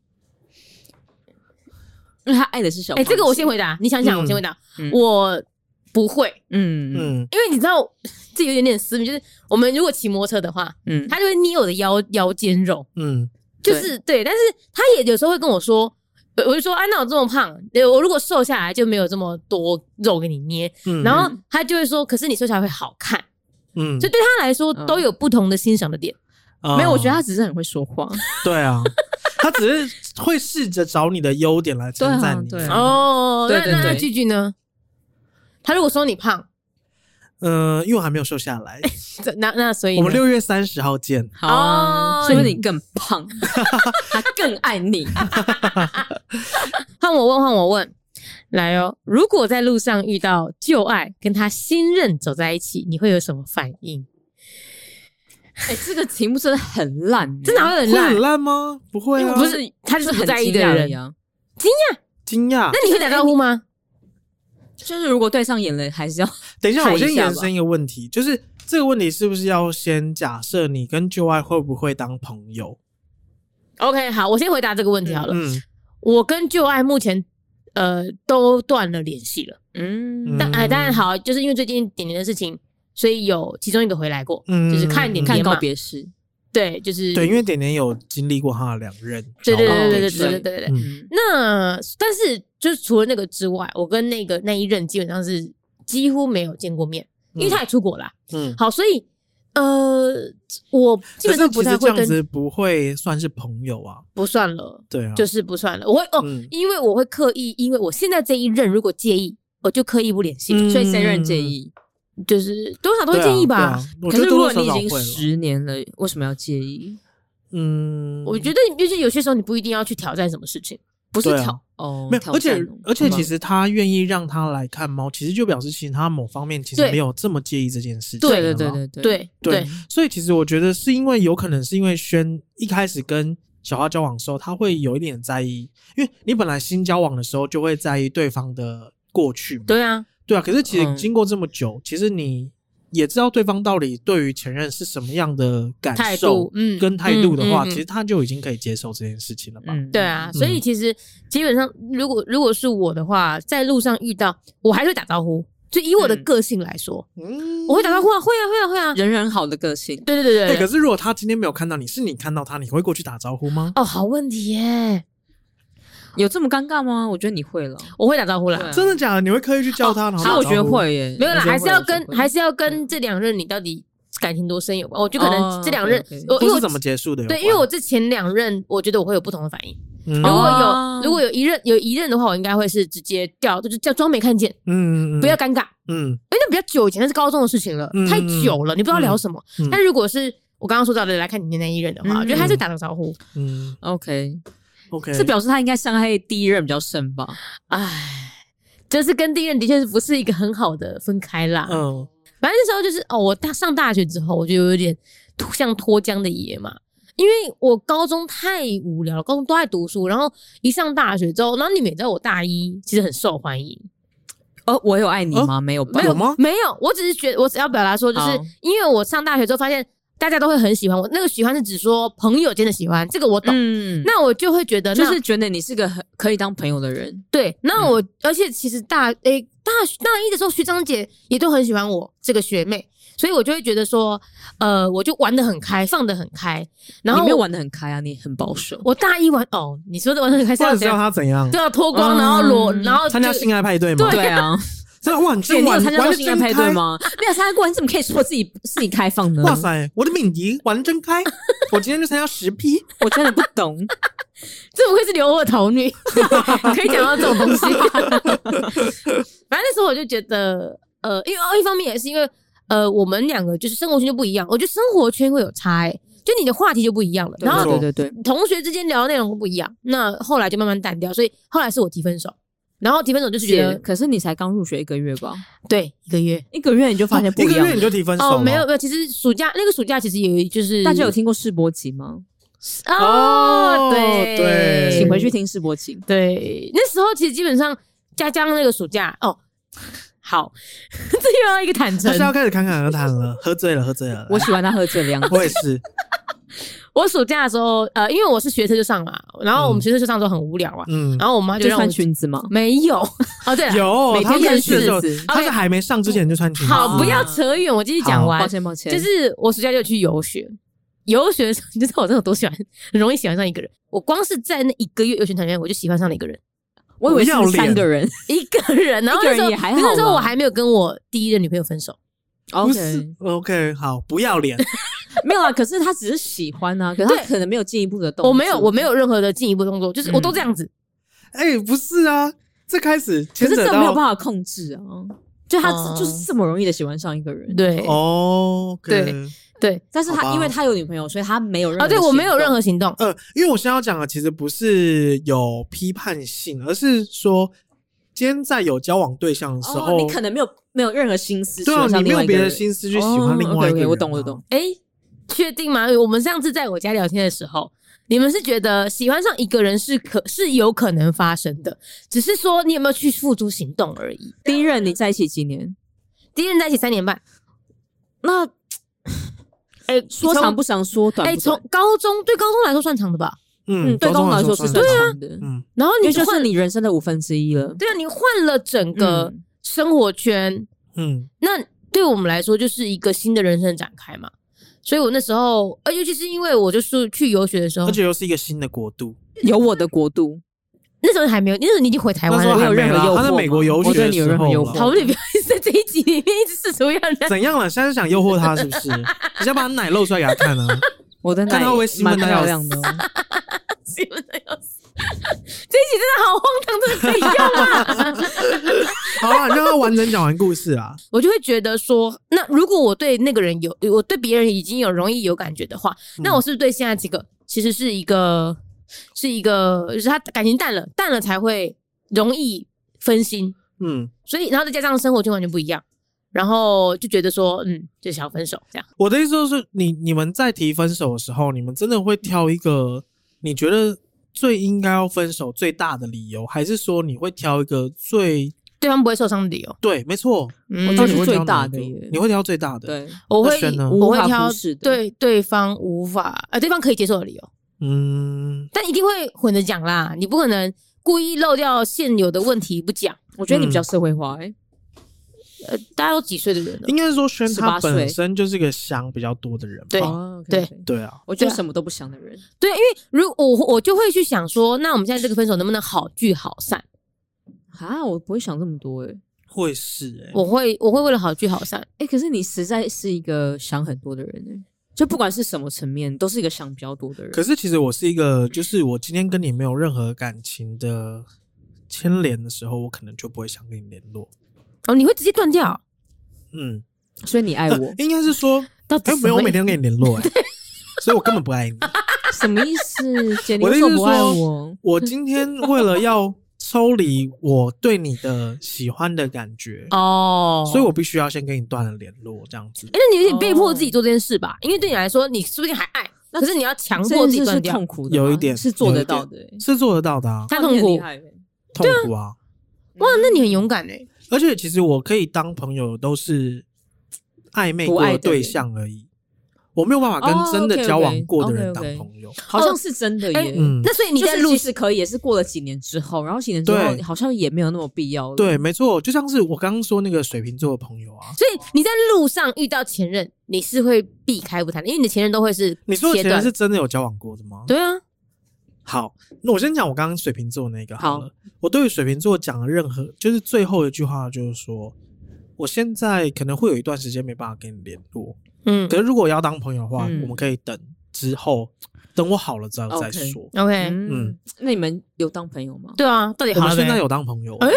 S2: 因为他爱的是小
S1: 哎、
S2: 胖子。
S1: 这个我先回答，你想想，
S3: 嗯
S1: 我先回答，
S2: 嗯
S1: 我不会，
S2: 嗯嗯
S3: 嗯，
S1: 因为你知道这有点点私密，就是我们如果骑摩托车的话，
S2: 嗯，
S1: 他就会捏我的腰腰间肉，
S3: 嗯
S1: 就是对，但是他也有时候会跟我说。呃我就说啊，那我这么胖，呃我如果瘦下来就没有这么多肉给你捏。
S3: 嗯，
S1: 然后他就会说，可是你瘦下来会好看，
S3: 嗯
S1: 所以对他来说
S2: 嗯
S1: 都有不同的欣赏的点。
S3: 啊
S2: 没有，我觉得他只是很会说 话。
S3: 对啊，他只是会试着找你的优点来称赞你。
S2: 对啊对啊
S1: 哦，
S2: 对
S1: 那
S2: 对
S1: 那那
S2: 对
S1: 句句呢？他如果说你胖，
S3: 嗯，因为我还没有瘦下 来。
S1: 这那那所以
S3: 我们
S1: 呢
S3: 六月三十号见。
S2: 好啊，
S1: 哦
S2: 说明你更 胖，他更爱你。
S1: 换我问，换我问，来哦！如果在路上遇到旧爱跟他新任走在一起，你会有什么反应？
S2: 哎，这个题目真的很烂，
S1: 这哪会很
S3: 会
S1: 烂哎
S3: 很？烂吗？不会
S2: 因为
S3: 啊，
S2: 我
S1: 不是，他就是不在意的
S2: 很惊讶
S1: 人
S2: 而已。啊。
S3: 惊讶
S1: 那。你会打招呼吗？
S2: 就是如果对上眼了，还是要
S3: 等一下，
S2: 看
S3: 我
S2: 一下
S3: 先延
S2: 吧
S3: 伸一个问题，就是这个问题是不是要先假设你跟旧爱会不会当朋友？
S1: OK，好，我先回答这个问题好了。
S3: 嗯，
S1: 我跟旧爱目前呃都断了联系了。
S2: 嗯
S1: 但哎、
S3: 嗯
S1: 当然好，就是因为最近点点的事情，所以有其中一个回来过，
S3: 嗯
S1: 就是看点
S2: 看
S1: 点嘛
S2: 告。别式。
S1: 对，就是
S3: 对，因为点点有经历过他的两任
S1: 对
S3: 交往
S1: 对对对对
S3: 对
S1: 对对对对对。
S2: 嗯
S1: 那但是就是除了那个之外，我跟那个那一任基本上是几乎没有见过面，因为他也出国啦。
S3: 嗯，
S1: 好，所以呃，我基本上不太会
S3: 可是其实这样
S1: 跟
S3: 子不会算是朋友啊，
S1: 不算了，
S3: 对啊，
S1: 就是是不算了。我会哦，
S3: 嗯
S1: 因为我会刻意，因为我现在这一任如果介意，我就刻意不联系，
S3: 嗯啊
S2: 所以谁人介意？
S1: 就是多少都会介意吧。
S3: 可
S2: 可是如果你已经十年了，为什么要介意？
S3: 嗯，
S1: 我觉得，就是有些时候你不一定要去挑战什么事情，不是
S3: 对啊
S1: 挑。嗯
S2: 哦，
S3: 没有，
S2: 挑
S3: 而且
S2: 战
S3: 而且
S2: 好吗
S3: 其实他愿意让他来看猫，其实就表示其实他某方面其实
S1: 对
S3: 没有这么介意这件事情，
S1: 对
S2: 对
S3: 了
S2: 对
S3: 嘛
S2: 对对
S1: 对
S3: 对，所以其实我觉得是因为有可能是因为轩一开始跟小花交往的时候，他会有一点在意，因为你本来新交往的时候就会在意对方的过去嘛，
S1: 对啊，
S3: 对啊，可是其实
S2: 嗯
S3: 经过这么久，其实你也知道对方到底对于前任是什么样的感
S1: 态
S3: 受
S1: 度，嗯，
S3: 跟态度的话，
S1: 嗯嗯嗯
S3: 其实他就已经可以接受这件事情了吧？
S2: 嗯
S1: 对啊，
S3: 嗯
S1: 所以其实基本上，如果如果是我的话，在路上遇到，我还是会打招呼。就以我的
S2: 嗯
S1: 个性来说，
S3: 嗯
S1: 我会打招呼啊，会啊，会啊，会啊。
S2: 人人好的个性，
S1: 对对对
S3: 哎、
S1: 对对。
S3: 可是如果他今天没有看到你，是你看到他，你会过去打招呼吗？
S1: 哦，好问题耶！
S2: 有这么尴尬吗？我觉得你会了，
S1: 我会打招呼
S2: 对啊
S1: 啦，
S3: 真的假的？你会刻意去叫他？然后
S2: 其实
S3: 打
S2: 我
S3: 招
S2: 觉得
S3: 呼。
S2: 会耶，
S1: 没有啦，
S2: 我觉得
S1: 还是要
S2: 会我觉
S1: 跟
S2: 得会
S1: 还是要跟这两任你到底感情多深有关。我就可能
S2: 哦
S1: 这两任，
S2: OK，OK
S1: 我因
S3: 或
S1: 为
S3: 是
S1: 我
S3: 怎么结束的有关？
S1: 对，因为我这前两任，我觉得我会有不同的反应。
S3: 嗯
S1: 如果
S2: 哦
S1: 有如果有一任有一任的话，我应该会是直接掉，就是叫装没看见，
S3: 嗯嗯
S1: 不要尴尬。
S3: 嗯
S1: 因为那比较久以前，那是高中的事情了，
S3: 嗯
S1: 太久了，你不知道聊什么。
S3: 嗯
S1: 但如果是我刚刚说到的来看你的那一任的话，
S2: 嗯
S1: 我觉得还是打个招呼。
S3: 嗯
S2: OK，
S3: OK，
S2: 这表示他应该伤害第一任比较深吧？
S1: 唉，就是跟第一任的确是不是一个很好的分开啦。
S3: 嗯
S1: 反正那时候就是哦，我大上大学之后，我就有点脱像脱缰的野马。因为我高中太无聊了，高中都在读书，然后一上大学之后，然后你们也知道我大一其实很受欢迎，
S2: 哦，我有爱你吗？没有吧，
S3: 有吗？
S1: 没有，我只是觉得我只要表达说，就是
S2: 好
S1: 因为我上大学之后发现大家都会很喜欢我，那个喜欢是指说朋友间的喜欢，这个我懂。
S2: 嗯，
S1: 那我就会觉得，
S2: 就
S1: 那
S2: 是觉得你是个很可以当朋友的人，
S1: 对，那
S3: 嗯
S1: 我、而且其实大诶、大大一的时候，学长姐也都很喜欢我这个学妹，所以我就会觉得说，呃，我就玩的很开，放的很开。然后
S2: 你没有
S1: 我
S2: 玩的很开啊，你很保守。
S1: 我大一玩哦，你说的玩的很开是
S3: 或
S1: 要怎
S3: 者是要
S1: 样？
S3: 他怎样
S1: 就？要脱光，然后裸，
S2: 嗯
S1: 然后
S3: 啊参加
S1: 就
S3: 性爱派对吗？
S2: 对 啊，
S3: 真的哇，你
S2: 姐，
S3: 这
S2: 你有
S3: 玩
S2: 参加过
S3: 玩的
S2: 性爱
S3: 真
S2: 派对
S3: 开？
S2: 吗？没有参加过，你怎么可以说自己自己开放呢？
S3: 哇塞，我的敏迪玩得真开！我今天就参加十批，
S2: 我真的不懂。
S1: 这不愧是留我头 女，可以讲到这种东西。反正那时候我就觉得，呃，因为哦，一方面也是因为，呃，我们两个就是生活圈就不一样，我觉得生活圈会有差、欸，就你的话题就不一样了，然后
S3: 没错
S2: 对对对，
S1: 同学之间聊的内容都不一样，那后来就慢慢淡掉，所以后来是我提分手，然后提分手就是觉
S2: 姐，
S1: 得
S2: 可是你才刚入学一个月吧？
S1: 对一个月
S2: 一个月你就发现不
S3: 一
S2: 一
S3: 个
S2: 样嗯
S3: 月。你就提分手
S1: 哦，
S3: 了
S1: 没有没有，其实暑假那个暑假其实也就是
S2: 大家有听过世博集吗？
S1: 哦，
S3: 哦
S1: 对
S3: 对
S2: 请回去听世博集。
S1: 对，那时候其实基本上家江那个暑假哦，好， 这又要一个坦
S3: 他
S1: 诚
S3: 是。要开始侃侃而谈了，喝醉了，喝醉了。
S2: 我
S3: 来
S2: 喜欢他喝醉的 样子。
S3: 我也是，
S1: 我暑假的时候，呃，因为我是学车就上嘛，然后我们
S3: 嗯
S1: 学车就上之后很无聊啊，
S3: 嗯，
S1: 然后我妈就
S2: 就
S1: 让我
S2: 穿裙子吗？
S1: 没有哦，对了，
S3: 有
S2: 每
S3: 他
S2: 天
S3: 认
S2: 认
S3: 识的
S2: 识
S3: 时候，
S2: 子。
S3: 他是还没上之前就穿裙子。
S1: 好，不要
S2: 啊
S1: 扯远，我继续讲
S2: 抱
S1: 完。
S2: 歉抱歉，
S1: 就是我暑假就去游学，游学的时候你就知道我真的有多喜欢，很容易喜欢上一个人。我光是在那一个月游学团里面，我就喜欢上了一个人，
S2: 我以为是
S3: 不要脸
S2: 三个人。
S1: 一个人。然后
S2: 一
S1: 那
S2: 个人
S1: 时候
S2: 也还
S1: 可是那
S2: 好
S1: 时候我
S2: 吧
S1: 还没有跟我第一任女朋友分手。
S3: 不是
S2: OK，
S3: OK，好，不要 脸，
S2: 没有啊，可是他只是喜欢啊，可是他可能没有进一步的动作。
S1: 我没有，我没有任何的进一步动作，就是我都这样子，
S3: 哎，不是啊，这开始
S2: 可
S3: 牵
S2: 是
S3: 扯
S2: 这种没有
S3: 到
S2: 办法控制啊，就他
S1: 哦
S2: 就是这么容易的喜欢上一个人。，
S1: 对
S3: 哦，
S1: 对。对，
S2: 但是
S3: 好吧
S2: 他因为他有女朋友，所以他没有任何
S1: 啊，对我没有任
S2: 行
S1: 何行动，
S3: 呃，因为我现在要讲的其实不是有批判性，而是说，今天在有交往对象的时
S2: 动
S3: 候，
S2: 哦，你可能没有没有任何心思，
S3: 对啊，你没有别的心思
S2: 思
S3: 去喜欢另外一个人、啊
S2: 哦我懂我懂。，
S1: 哎、确定吗？我们上次在我家聊天的时候，你们是觉得喜欢上一个人是可是有可能发生的，只是说你有没有去付诸行动而已。
S2: 第一任你在一起几年？
S1: 第一任在一起三年半，
S2: 那
S1: 哎、
S2: 说
S1: 从
S2: 长不长，说短
S1: 哎，
S2: 不
S1: 从、
S2: 短。
S1: 高中对高中来说算长的吧？
S3: 嗯，
S2: 对
S3: 高中
S2: 公来说是
S3: 算
S2: 算
S3: 长
S2: 长的，
S3: 嗯，
S1: 然后
S2: 因
S1: 你
S2: 为就
S1: 换
S2: 是你人生的五分之一了。
S1: 对啊，你换了整个
S2: 嗯
S1: 生活圈，
S3: 嗯，
S1: 那对我们来说就是一个新的人生的展开嘛。所以我那时候，呃，尤其是因为我就是去游学的时候
S3: 而，且又是一个新的国度，
S2: 有我的国度，
S1: 那时候还没有，那时候你已经回台
S3: 那
S1: 湾
S3: 时候
S1: 了，
S3: 还
S2: 有
S3: 没
S2: 任何
S3: 啦
S2: 诱
S3: 他在
S2: 惑
S3: 美
S2: 吗
S3: 国游
S2: 我
S3: 学
S2: 对
S3: 的
S2: 你有
S3: 时
S2: 任何
S3: 候
S2: 诱
S3: 啦
S2: 惑
S1: 好，你不要一直在这一集里面一直试图让人
S3: 怎样了？现在是想诱惑他是不是？ 你要把他奶露出来给他看啊！
S2: 我的
S3: 看
S2: 奶
S3: 他会兴奋
S2: 蛮
S3: 到
S2: 漂
S3: 要
S2: 亮的哦。
S1: 喜欢的要死。 这一集真的好荒唐，真的可以用啊！
S3: 好啊，你让他完整讲完故事啊啦。
S1: 我就会觉得说，那如果我对那个人有，我对别人已经有容易有感觉的话，
S3: 嗯
S1: 那我是不是对现在这个其实是一个是一个，就是他感情淡了，淡了才会容易分心，
S3: 嗯，
S1: 所以然后再加上生活圈完全不一样，然后就觉得说，嗯，就想要分手这样。
S3: 我的意思就是，你你们在提分手的时候，你们真的会挑一个你觉得最应该要分手最大的理由，还是说你会挑一个最
S1: 对方不会受伤的理由，
S3: 对？没错，
S1: 嗯
S3: 我觉
S2: 都
S3: 得
S2: 是
S3: 你会挑
S2: 最大
S3: 哪一个
S2: 的耶
S3: 你会挑最大的。，
S2: 对，
S1: 我
S3: 那
S1: 会
S3: 选呢
S1: 我会
S2: 无法
S1: 挑
S2: 忽视的
S1: 对对方无法呃对方可以接受的理由，
S3: 嗯，
S1: 但一定会混着讲啦，你不可能故意漏掉现有的问题不讲。
S2: 我觉得你比较
S3: 嗯
S2: 社会化哎。
S1: 呃，大家都几岁的人了
S3: 应，该是说轩他
S2: 18岁
S3: 本身就是个想比较多的人吧。
S1: 对
S2: 哦，
S1: 对
S2: OK，OK
S3: 对啊，
S2: 我觉得什么都不想的人，
S1: 对，因为如我我就会去想说，那我们现在这个分手能不能好聚好散？
S2: 啊，我不会想这么多哎、欸。
S3: 会是哎、
S1: 我会我会为了好聚好散，
S2: 哎、可是你实在是一个想很多的人哎、就不管是什么层面，都是一个想比较多的人。
S3: 可是其实我是一个，就是我今天跟你没有任何感情的牵连的时候，我可能就不会想跟你联络。
S1: 哦，你会直接断掉。
S3: 嗯，
S2: 所以你爱我
S3: 应该是 说，
S1: 到底
S3: 哎、
S1: 什么
S3: 没有，我每天都跟你联络哎、所以我根本不爱你。
S2: 什么意思？ 姐，你
S3: 我的
S2: 为
S3: 意
S2: 什
S3: 思是
S2: 么不爱
S3: 说
S2: 我，？
S3: 我今天为了要抽离我对你的喜欢的感觉，
S1: 哦，
S3: 所以我必须要先跟你断了联络，这样子
S1: 哎，。那你有点被迫自己做这件事吧？因为对你来说，你说不定还爱，
S2: 哦那
S1: 可是你要强
S2: 这
S1: 迫自己
S2: 件事
S1: 断
S2: 是
S1: 掉，
S2: 痛苦的吗，
S3: 有一点
S2: 是做
S3: 有
S2: 得
S3: 一点
S2: 到的、欸。
S3: 是做得到的、啊，
S1: 他
S2: 哇
S1: 痛
S2: 你很
S1: 苦
S2: 厉。害欸
S3: 痛苦啊！
S1: 哇，那你很勇敢哎。
S3: 而且其实我可以当朋友，都是暧昧过
S2: 不爱
S3: 的
S2: 的
S3: 对象而已，我没有办法跟
S2: 哦
S3: 真的
S2: OK，OK，
S3: 交往过的人当
S2: OK，OK
S3: 朋友。
S2: 好像是真的耶。
S1: 哎
S3: 嗯，
S1: 那所以你
S2: 就
S1: 在
S2: 是
S1: 录
S2: 其实可以，也是过了几年之后，然后几年之
S3: 对
S2: 后好像也没有那么必要了。
S3: 对，没错，就像是我刚刚说那个水瓶座的朋友啊，
S1: 所以你在路上遇到前任，你是会避开不谈的，因为你的前任都会是
S3: 你说的
S1: 切
S3: 前任
S1: 断
S3: 是真的有交往过的吗？
S1: 对啊，
S3: 好，那我先讲我刚刚水瓶座那个好了。
S2: 好
S3: 我对于水瓶座讲的任何，就是最后一句话就是说，我现在可能会有一段时间没办法跟你联络，
S1: 嗯
S3: 可是如果要当朋友的话，
S2: 嗯
S3: 我们可以等之后等我好了之后再
S2: OK
S3: 说。
S1: OK，
S2: 嗯，那你们有当朋友吗？
S1: 对啊，到底好
S3: 我们
S1: 了
S3: 现
S1: 没
S3: 在？有当朋友，
S1: 哎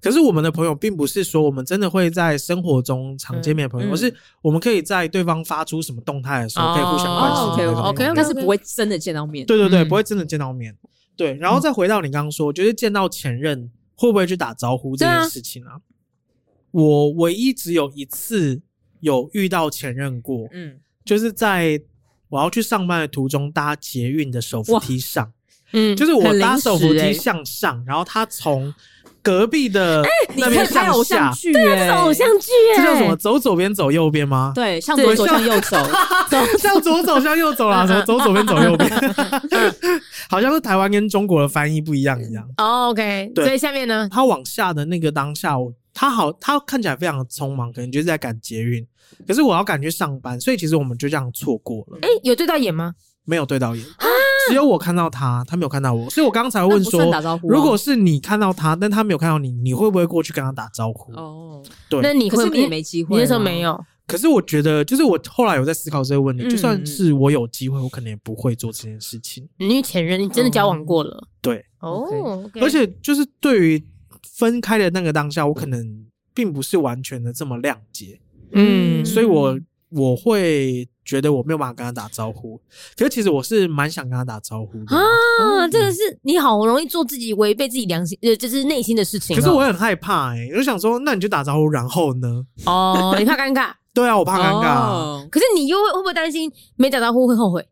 S3: 可是我们的朋友并不是说我们真的会在生活中常见面的朋友，
S1: 嗯嗯
S3: 而是我们可以在对方发出什么动态的时候，可以互相关心
S1: 哦
S3: 的那种朋友。
S1: OK，OK，OK
S2: 但是不会真的见到面。
S3: 对对对，
S1: 嗯
S3: 不会真的见到面。对，然后再回到你刚刚说，就是见到前任会不会去打招呼这
S1: 对啊
S3: 件事情啊？我唯一只有一次有遇到前任过，
S2: 嗯，
S3: 就是在我要去上班的途中搭捷运的手扶梯上，
S1: 嗯，
S3: 就是我
S1: 很
S3: 搭
S1: 临
S3: 手扶
S1: 时
S3: 梯
S1: 欸哎
S3: 向上，然后他从隔壁的那
S2: 你
S3: 边
S2: 看拍
S3: 向
S2: 偶
S3: 下
S2: 像，剧、欸，对
S1: 这是偶像剧
S3: 这
S1: 哎，
S3: 叫什么？走左边，走右边吗？
S2: 对，向左走向 右走，
S3: 向左走，向右走啦，什么走左边，走右边，
S1: 嗯
S3: 好像是台湾跟中国的翻译不一样一样。
S1: 哦？OK，
S3: 对
S1: 所以下面呢？
S3: 他往下的那个当下，我他好，他看起来非常的匆忙，可能就是在赶捷运。可是我要赶去上班，所以其实我们就这样错过了，
S1: 哎，有对到眼吗？
S3: 没有对到眼，只有我看到他，他没有看到我，所以我刚刚才问
S2: 啊那不算
S3: 说，
S2: 打招呼啊、
S3: 如果是你看到他，但他没有看到你，你会不会过去跟他打招呼？
S2: 哦，
S3: 对
S1: 那你
S2: 可
S1: 会
S2: 是你也没机会，
S1: 你那时候没。有，
S3: 可是我觉得，就是我后来有在思考这个问题，
S2: 嗯
S3: 就算是我有机会，我可能也不会做这件事情。
S1: 因为前任你真的交往过了
S3: 嗯对，
S1: 哦 OK
S3: 而且就是对于分开的那个当下，我可能并不是完全的这么谅解，
S1: 嗯，
S3: 所以我我会觉得我没有办法跟他打招呼。可是其实我是蛮想跟他打招呼的，
S1: 啊，这个是你好容易做自己违背自己良心，呃，就是内心的事情哦。
S3: 可是我很害怕哎、我就想说，那你就打招呼，然后呢？
S1: 哦，你怕尴尬，
S3: 对啊，我怕尴尬啊、
S2: 哦，
S1: 可是你又会会不会担心没打招呼会后悔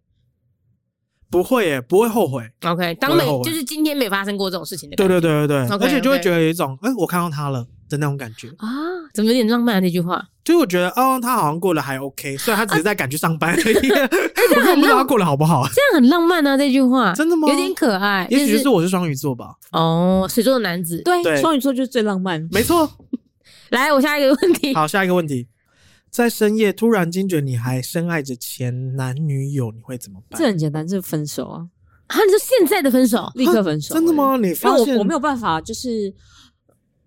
S3: 不会耶、欸不会后悔。
S1: ？OK，当没
S3: 不会后悔
S1: 就是今天没发生过这种事情的
S3: 对
S1: 感觉
S3: 对对对对
S1: OK，
S3: 而且就会
S1: OK
S3: 觉得有一种，哎、我看到他了的那种感觉。
S1: 啊，怎么有点浪漫啊？这句话，
S3: 就是我觉得，哦，他好像过得还 OK，虽然
S1: 啊
S3: 他只是在赶去上班 而已， 我根本不知道他过得好不好。
S1: 这样很浪漫啊！这句话
S3: 真的吗
S1: 有点可爱，
S3: 也许
S1: 就是
S3: 我是双鱼座吧，
S1: 哦，水做的男子。
S2: 对，
S3: 对
S2: 双鱼座就是最浪漫。
S3: 没错。
S1: 来，我下一个问题，
S3: 好，下一个问题，在深夜突然惊觉你还深爱着前男女友，你会怎么办
S2: 这？很简单，这分手啊，
S1: 啊，你说现在的分手，
S2: 立刻分
S3: 啊
S2: 手、欸
S3: 真的吗？你
S2: 因
S3: 发
S2: 为
S3: 现
S2: 我我没有办法，就是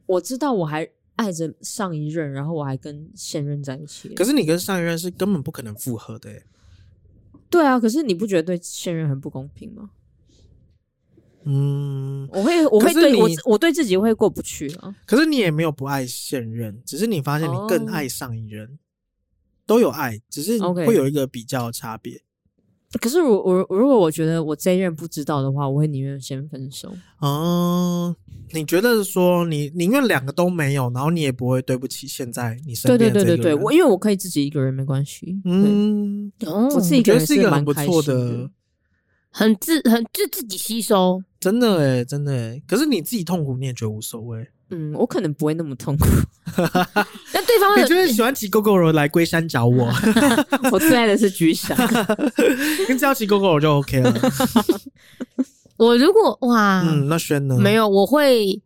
S2: 我知道我还爱着上一任，然后我还跟现任在一起。
S3: 可是你跟上一任是根本不可能复合的耶、欸
S2: 对啊，可是你不觉得对现任很不公平吗？
S3: 嗯，
S2: 我会，我
S3: 可
S2: 会
S3: 是
S2: 对我
S3: 你
S2: 我对自己会过不去啊。
S3: 可是你也没有不爱现任，只是你发现你更爱上一任，都有爱，只是
S2: 哦 OK
S3: 会有一个比较的差别。
S2: 可是我我如果我觉得我这一任不知道的话，我会宁愿先分手。
S3: 哦，你觉得说你宁愿两个都没有，然后你也不会对不起现在你身
S2: 对对
S3: 边的
S2: 对
S3: 这
S2: 对
S3: 个
S2: 对，
S3: 人
S2: 我因为我可以自己一个人没关系。嗯，
S3: 嗯，
S1: 哦
S2: 我自己
S3: 我
S2: 一个
S3: 觉得
S2: 人
S3: 是一个很
S2: 蛮
S3: 不
S2: 开
S3: 错
S2: 心
S3: 的
S2: 的。，
S1: 很自很就自己吸收，
S3: 真的哎，真的哎。可是你自己痛苦，你也觉得无所谓。
S2: 嗯，我可能不会那么痛苦。
S1: 那对方
S2: 呃
S3: 你
S1: 有
S3: 就是喜欢骑狗狗柔来龟山找 我，
S2: 我最爱的是菊 翔，
S3: 你只要骑狗狗柔就 OK 了。
S1: 我如果哇，
S3: 嗯，那轩呢？
S1: 没
S3: 有，
S1: 有，我会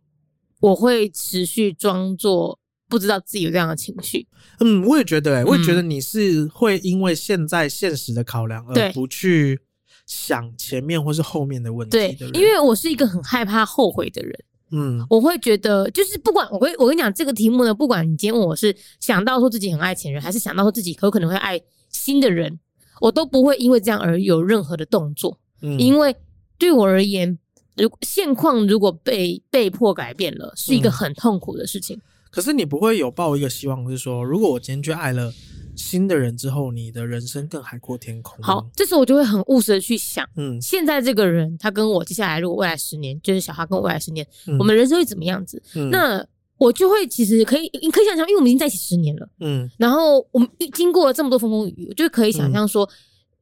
S1: 我会持续装作不知道自己有这样的情绪，
S3: 嗯，我也觉得哎，我也觉
S1: 嗯
S3: 得你是会因为现在现实的考量
S1: 对
S3: 而不去想前面或是后面的问题
S1: 对
S3: 的人。，
S1: 因为我是一个很害怕后悔的人。
S3: 嗯
S1: 我会觉得，就是不管我会，我跟你讲这个题目呢，不管你今天问我是想到说自己很爱前任，还是想到说自己有可能会爱新的人，我都不会因为这样而有任何的动作，
S3: 嗯，
S1: 因为对我而言，如现况如果被被迫改变了，是一个
S3: 嗯
S1: 很痛苦的事情。
S3: 可是你不会有抱一个希望，是说如果我今天去爱了新的人之后，你的人生更海阔天空。
S1: 好，，这时候我就会很务实的去想，
S3: 嗯，
S1: 现在这个人他跟我接下来如果未来十年，就是小哈跟我未来十年，
S3: 嗯
S1: 我们人生会怎么样子？
S3: 嗯
S1: 那我就会其实可以，你可以想象，因为我们已经在一起十年了。
S3: 嗯
S1: 然后我们经过了这么多风风雨雨，我就可以想象说，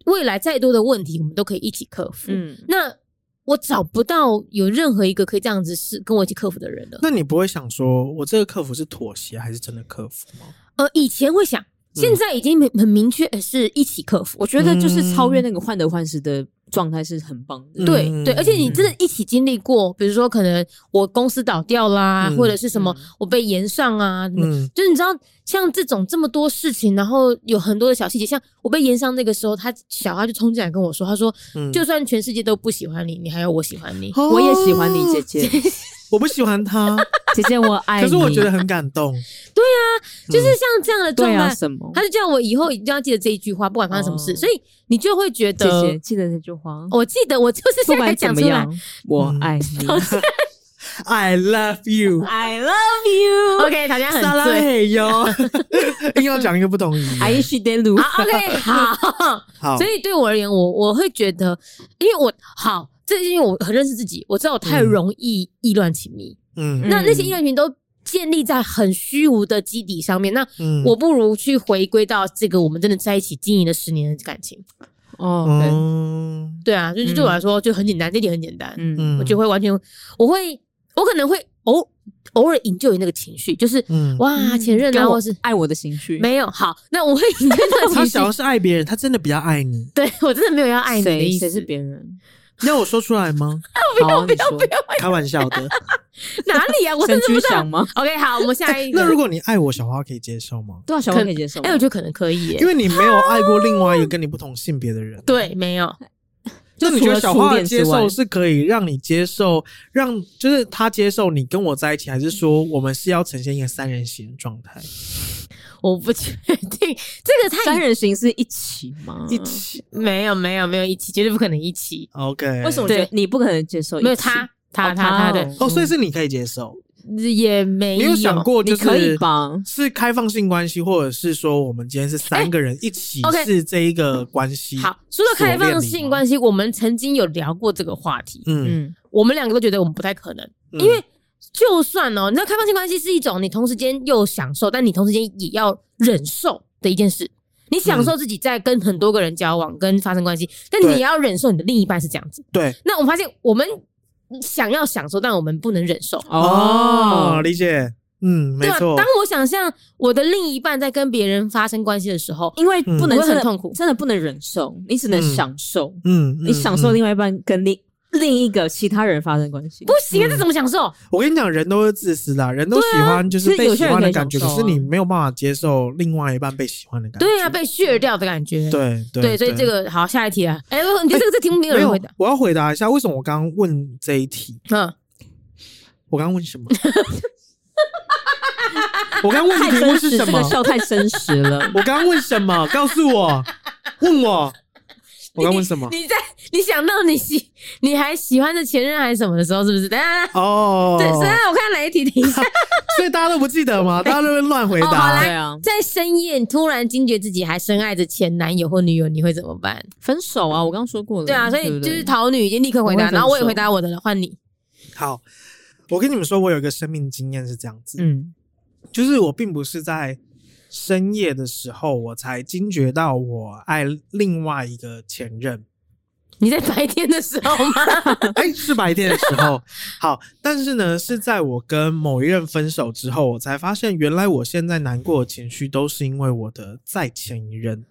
S1: 未来再多的问题，我们都可以一起克服。
S2: 嗯，
S1: 那我找不到有任何一个可以这样子是跟我一起克服的人了。
S3: 那你不会想说我这个客服是妥协还是真的客服吗？
S1: 呃，以前会想，现在已经很很明确呃是一起克服。
S2: 我觉得就是超越那个患得患失的状态是很棒的。
S1: 对
S3: 嗯
S1: 对，而且你真的一起经历过，比如说可能我公司倒掉啦，
S3: 嗯
S1: 或者是什么
S2: 嗯
S1: 我被延上啊，什么
S3: 嗯
S1: 就是你知道，像这种这么多事情，然后有很多的小细节，像我被延上那个时候，他小哈就冲进来跟我说，他说
S3: 嗯
S2: 哦
S1: 就算全世界都不喜欢你，你还有我喜欢你。
S2: 我也喜欢你，姐姐。
S3: 我不喜 欢他，
S2: 姐姐哦我爱你。
S3: 可是我觉得很感动。
S1: 就是像这样的状
S2: 对啊，
S1: 态，
S2: 什么？
S1: 他就叫我以后一定要记得这一句话，不管发生什么事，
S2: 哦
S1: 所以你就会觉
S2: 姐
S1: 得，
S2: 姐记得这句话，
S1: 我记得我就是
S2: 不
S1: 现在
S2: 管怎
S1: 讲
S2: 么
S1: 出来
S2: 样。，我爱你。
S3: I love you，
S2: I love you。
S1: OK，大家很
S3: 撒拉
S1: 醉。
S3: 嘿哟， 硬要讲一个不同语
S2: 爱
S3: 言。
S2: 是得路。
S1: 好，OK，好。
S3: 好
S1: 所，以对我而言，我我会觉得，因为我好，这是因为我很认识自己，我知道我太
S3: 嗯
S1: 容易意乱情迷。
S3: 嗯
S1: 那那些
S2: 嗯
S1: 意乱情迷都建立在很虚无的基底上面。那
S3: 嗯，
S1: 我不如去回归到这个我们真的在一起经营了十年的感情。
S2: 哦，对，
S3: 嗯
S1: 对啊，就是对
S2: 嗯
S1: 我来说就很简单，这点很简单。
S2: 嗯
S3: 嗯，
S1: 我就会完全，我会，我可能会偶偶尔引咎于那个情绪，就是
S3: 嗯，
S1: 哇，前任
S2: 跟
S1: 啊，
S2: 我
S1: 或是
S2: 爱我的情绪，
S1: 没有好，那我会引咎那个
S3: 他
S1: 情绪
S3: 想。要是爱别人，他真的比较爱你。
S1: 对我真的没有要爱你的
S2: 谁
S1: 意
S2: 谁
S1: 思，
S2: 是别人？
S3: 要我说出来吗？
S1: 啊
S2: 好，你说
S3: 开玩笑的。
S1: 哪里啊？我
S2: 沈
S1: 甚至
S2: 居
S1: 不知道
S2: 想。吗？
S1: OK，好，我们下一个。
S3: 哎那如果你爱我，小花可以接受吗？
S2: 对啊，小
S1: 可
S2: 王可以接受吗。
S1: 哎，我觉得可能可以
S3: 因
S1: 耶。
S3: 为你没有爱过另外一个跟你不同性别的人。
S1: 对，没有，
S3: 那你
S2: 除
S3: 觉得
S2: 了
S3: 小
S2: 初
S3: 花的
S2: 恋
S3: 接
S2: 之外
S3: 受是可以让你接受，让就是他接受你跟我在一起，还是说我们是要呈现一个三人行的状态？
S1: 我不确定 这个
S2: 三
S1: 太
S2: 人行是一起吗？
S3: 一。起
S1: 没有没有没有一起，绝对不可能一起。
S3: ，OK？
S2: 为什么觉得
S1: 对
S2: 你不可能接受一起？
S1: 没有他，他
S2: 哦
S1: 他他对，
S3: 哦，所以是你可以接受，
S1: 也没
S3: 你有想过就
S2: 你
S3: 是
S2: 可以吧？
S3: 是开放性关系，或者是说我们今天是三个人一起
S1: OK
S3: 是这一个关系？
S1: 好，说到开放
S3: 锁链里
S1: 性
S3: 吗
S1: 关系，我们曾经有聊过这个话题，
S3: 嗯，
S2: 嗯，
S1: 我们两个都觉得我们不太可能。
S3: 嗯，
S1: 因为就算哦，那开放性关系是一种你同时间又享受，但你同时间也要忍受的一件事。你享受自己在跟很多个人交往、跟发生关系，但你
S3: 嗯对
S1: 也要忍受你的另一半是这样子。
S3: 对
S1: 那我发现我们想要享受，但我们不能忍受。
S3: 哦，
S2: 哦，
S3: 理解，嗯，哦没
S1: 对吧？啊
S3: 错
S1: 当，我想象我的另一半在跟别人发生关系的时候，
S2: 因为不
S1: 嗯
S2: 能真
S1: 我会
S2: 的
S1: 很痛苦
S2: 真的不能忍受，你只能
S3: 嗯
S2: 享受，
S3: 嗯，
S2: 你
S3: 嗯
S2: 享受
S3: 嗯
S2: 另外一半跟另另一个其他人发生关系
S1: 不。行啊，这怎么享受？
S3: 我跟你讲，人都是自私的啊，人都喜欢就是
S2: 其实
S3: 被
S2: 有
S3: 喜
S2: 些人
S3: 欢
S2: 可
S3: 的
S2: 以
S3: 感觉，
S2: 享
S3: 可
S2: 受啊
S3: 是你没有办法接受另外一半被喜欢的感觉。
S1: 对啊，被削掉的感觉。
S3: 对对
S1: 对，
S3: 哎
S1: 所以这个好，下一题啊。哎，我你觉得这个这题目没有
S3: 没
S1: 人
S3: 有
S1: 回答？，
S3: 我要回答一下，为什么我刚刚问这一题？
S1: 嗯，
S3: 我刚刚问什么？我刚刚问
S2: 太
S3: 的题目
S2: 真
S3: 是
S2: 实，
S3: 什
S2: 这
S3: 么。
S2: 个？笑太真实了
S3: 我刚刚问什 么？告诉我，问我，我刚问什么？
S1: 你在你想到你喜你还喜欢的前任还是什么的时候，是不是？等一下，
S3: 哦，
S1: 对，所以我看哪一题？等一下，
S3: 所以大家都不记得吗？大家都会乱回
S1: 哦好
S3: 答
S1: 来。
S2: 对啊，
S1: 在深夜你突然惊觉自己还深爱着前男友或女友，你会怎么办？
S2: 分手啊，我刚刚说过了。
S1: 对啊，所
S2: 不
S1: 以就
S2: 对
S1: 是桃女已经立刻回
S2: 我
S1: 答，
S2: 会分
S1: 然后我也
S2: 手
S1: 回答我的了，换你。
S3: 好，我跟你们说，我有一个生命经验是这样子。
S2: 嗯
S3: 就是我并不是在深夜的时候我才惊觉到我爱另外一个前任，
S1: 你在白天的时候吗？
S3: 哎、是白天的时候。好，但是呢，是在我跟某一任分手之后，我才发现原来我现在难过的情绪都是因为我的再前一任。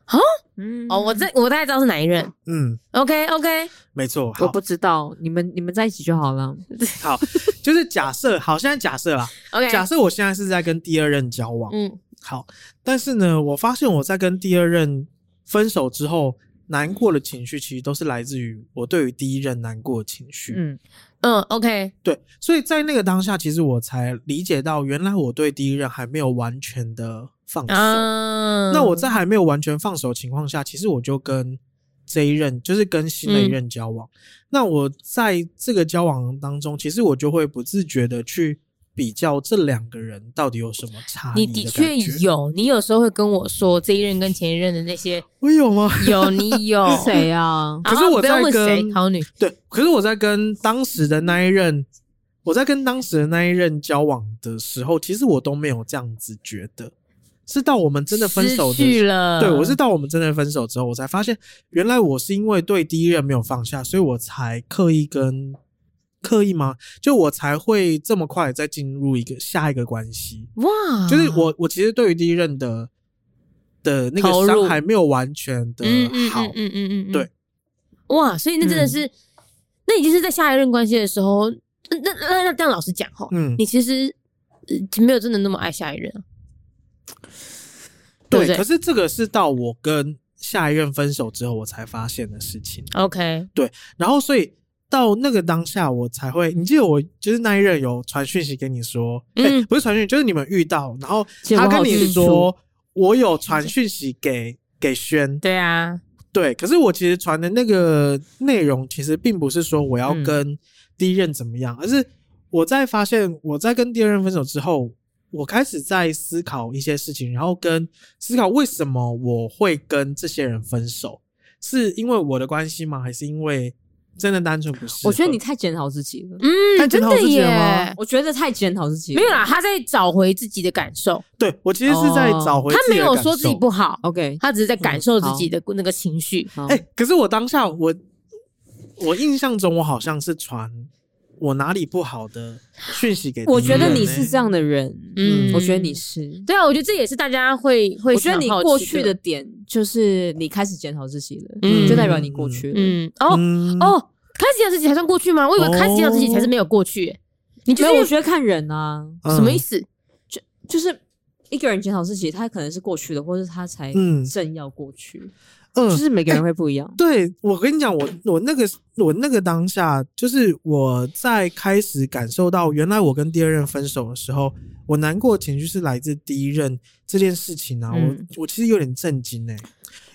S2: 嗯
S1: 哦，我这我大概知道是哪一任。
S3: 嗯，
S1: OK OK，
S3: 没错。
S2: 我
S3: 好
S2: 不，知道，你们你们在一起就好了。
S3: 好，就是假设，好，现在假设啦，
S1: OK，
S3: 假设我现在是在跟第二任交往。
S1: 嗯，
S3: 好，但是呢，我发现我在跟第二任分手之后，难过的情绪其实都是来自于我对于第一任难过的情绪。
S2: 嗯，
S1: 嗯，OK，
S3: 对，所以在那个当下，其实我才理解到，原来我对第一任还没有完全的放手。
S1: 嗯，
S3: 那我在还没有完全放手的情况下，其实我就跟这一任，就是跟新
S1: 嗯
S3: 的一任交往。那我在这个交往当中，其实我就会不自觉的去比较这两个人到底有什么差异
S1: 你
S3: 的
S1: 的
S3: 感
S1: 确
S3: 觉
S1: 有，你有时候会跟我说这一任跟前一任的那 些，
S3: 我有吗？
S1: 有你有，
S2: 谁啊？
S1: 然
S3: 可
S1: 后
S3: 是我
S1: 不要
S3: 在
S1: 问谁，
S3: 跟
S1: 桃女，
S3: 对，可是我在跟当时的那一任，我在跟当时的那一任交往的时候，其实我都没有这样子觉得，是到我们真的分手
S1: 失去
S3: 的。
S1: 了，
S3: 对，我是到我们真的分手之后，我才发现，原来我是因为对第一任没有放下，所以我才刻意跟刻意吗？就我才会这么快再进入一个下一个关系。
S1: 哇，
S3: 就是我，我其实对于第一任的的那
S1: 投
S3: 个
S1: 入
S3: 伤还没有完全的
S1: 嗯嗯
S3: 好
S1: 嗯，嗯嗯嗯，嗯
S3: 对，
S1: 哇，所以那真的是，那已经是在下一任关系的时候，那那那那这样老实讲哈，
S3: 嗯
S1: 你其实呃没有真的那么爱下一任啊，对不对
S3: 可是这个是到我跟下一任分手之后我才发现的事情。
S1: ，OK，
S3: 然后，所以到那个当下，我才会。你记得我就是那一任有传讯息给你说，哎
S1: 嗯
S3: 诶不是传讯，就是你们遇到，然后
S1: 结果
S3: 他
S1: 好
S3: 跟你
S1: 迅速
S3: 说，我有传讯息给给轩，
S1: 对啊，
S3: 对，可是我其实传的那个内容，其实并不是说我要
S1: 嗯
S3: 跟第一任怎么样，而是我在发现我在跟第二任分手之后，我开始在思考一些事情，然后跟思考为什么我会跟这些人分手，是因为我的关系吗？还是因为真的单纯不适合？
S2: 我觉得你太检讨自己了，
S3: 太
S1: 嗯，
S3: 检
S1: 真
S3: 讨
S1: 的
S3: 自己了
S1: 耶
S3: 吗，
S2: 我觉得太检讨自己了。
S1: 没有啦，他在找回自己的感受，
S3: 对我其实是在
S2: 哦
S3: 找回
S1: 他
S3: 自
S1: 没
S3: 己的
S1: 有
S3: 感
S1: 说自己
S3: 受哦
S1: 不好，
S2: ，OK，
S1: 他只是在感受
S2: 嗯
S1: 自己的那个情绪。
S2: 好
S3: 哎、可是我当下我我印象中我好像是传我哪里不好的讯息给、
S2: 我觉得你是这，样的人，
S1: 嗯
S2: 嗯，我觉得你是。
S1: 对啊，我觉得这也是大家会会
S2: 我觉得
S1: 想
S2: 你
S1: 好
S2: 过
S1: 奇
S2: 去的，点就是你开始检讨自己了，
S1: 嗯
S2: 就代表你过去了。
S1: 嗯，哦
S3: 嗯，
S1: 哦，开始讲自己才算过去吗？我以为开始讲自己才是没有过去耶，你
S2: 没有，我
S1: 就是
S2: 觉得看人啊，
S3: 嗯
S1: 什么意？思？
S2: 就是一个人检讨自己，他可能是过去的，或者他才
S3: 嗯
S2: 正要过去，
S3: 嗯，
S2: 就是每个人会不一 样。
S3: 对我跟你讲，我我那个我那个当下，就是我在开始感受到，原来我跟第二任分手的时候，我难过的情绪是来自第一任这件事情啊。
S1: 嗯
S3: 我我其实有点震惊哎、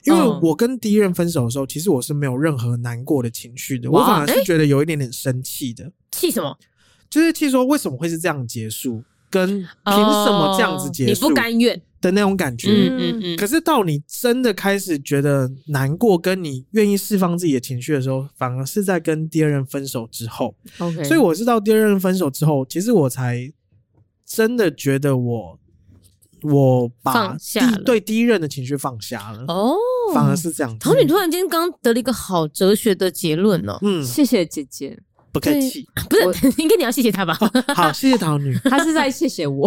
S3: 因为
S2: 嗯
S3: 我跟第一任分手的时候，其实我是没有任何难过的情绪的，我
S1: 哇
S3: 反而是
S1: 诶
S3: 觉得有一点点生气的。
S1: 气什么？
S3: 就是气说为什么会是这样结束，跟凭什么这样子结
S1: 哦
S3: 束
S1: 你不甘愿？
S3: 的那种感觉。
S1: 嗯嗯嗯，
S3: 可是到你真的开始觉得难过，跟你愿意释放自己的情绪的时候，反而是在跟第二任分手之后。
S2: OK，
S3: 所以我是到第二任分手之后，其实我才真的觉得我我把
S1: 放
S3: 第
S1: 下了
S3: 对第一任的情绪放下了，
S1: 哦，
S3: 反而是这样子
S1: 桃。女突然间刚得了一个好哲学的结论哦，
S3: 嗯，
S2: 谢谢姐姐，
S3: 不客气。
S1: 不是， 应该你要谢谢他 吧？
S3: 好，谢谢桃 女。
S2: 她是在谢谢我。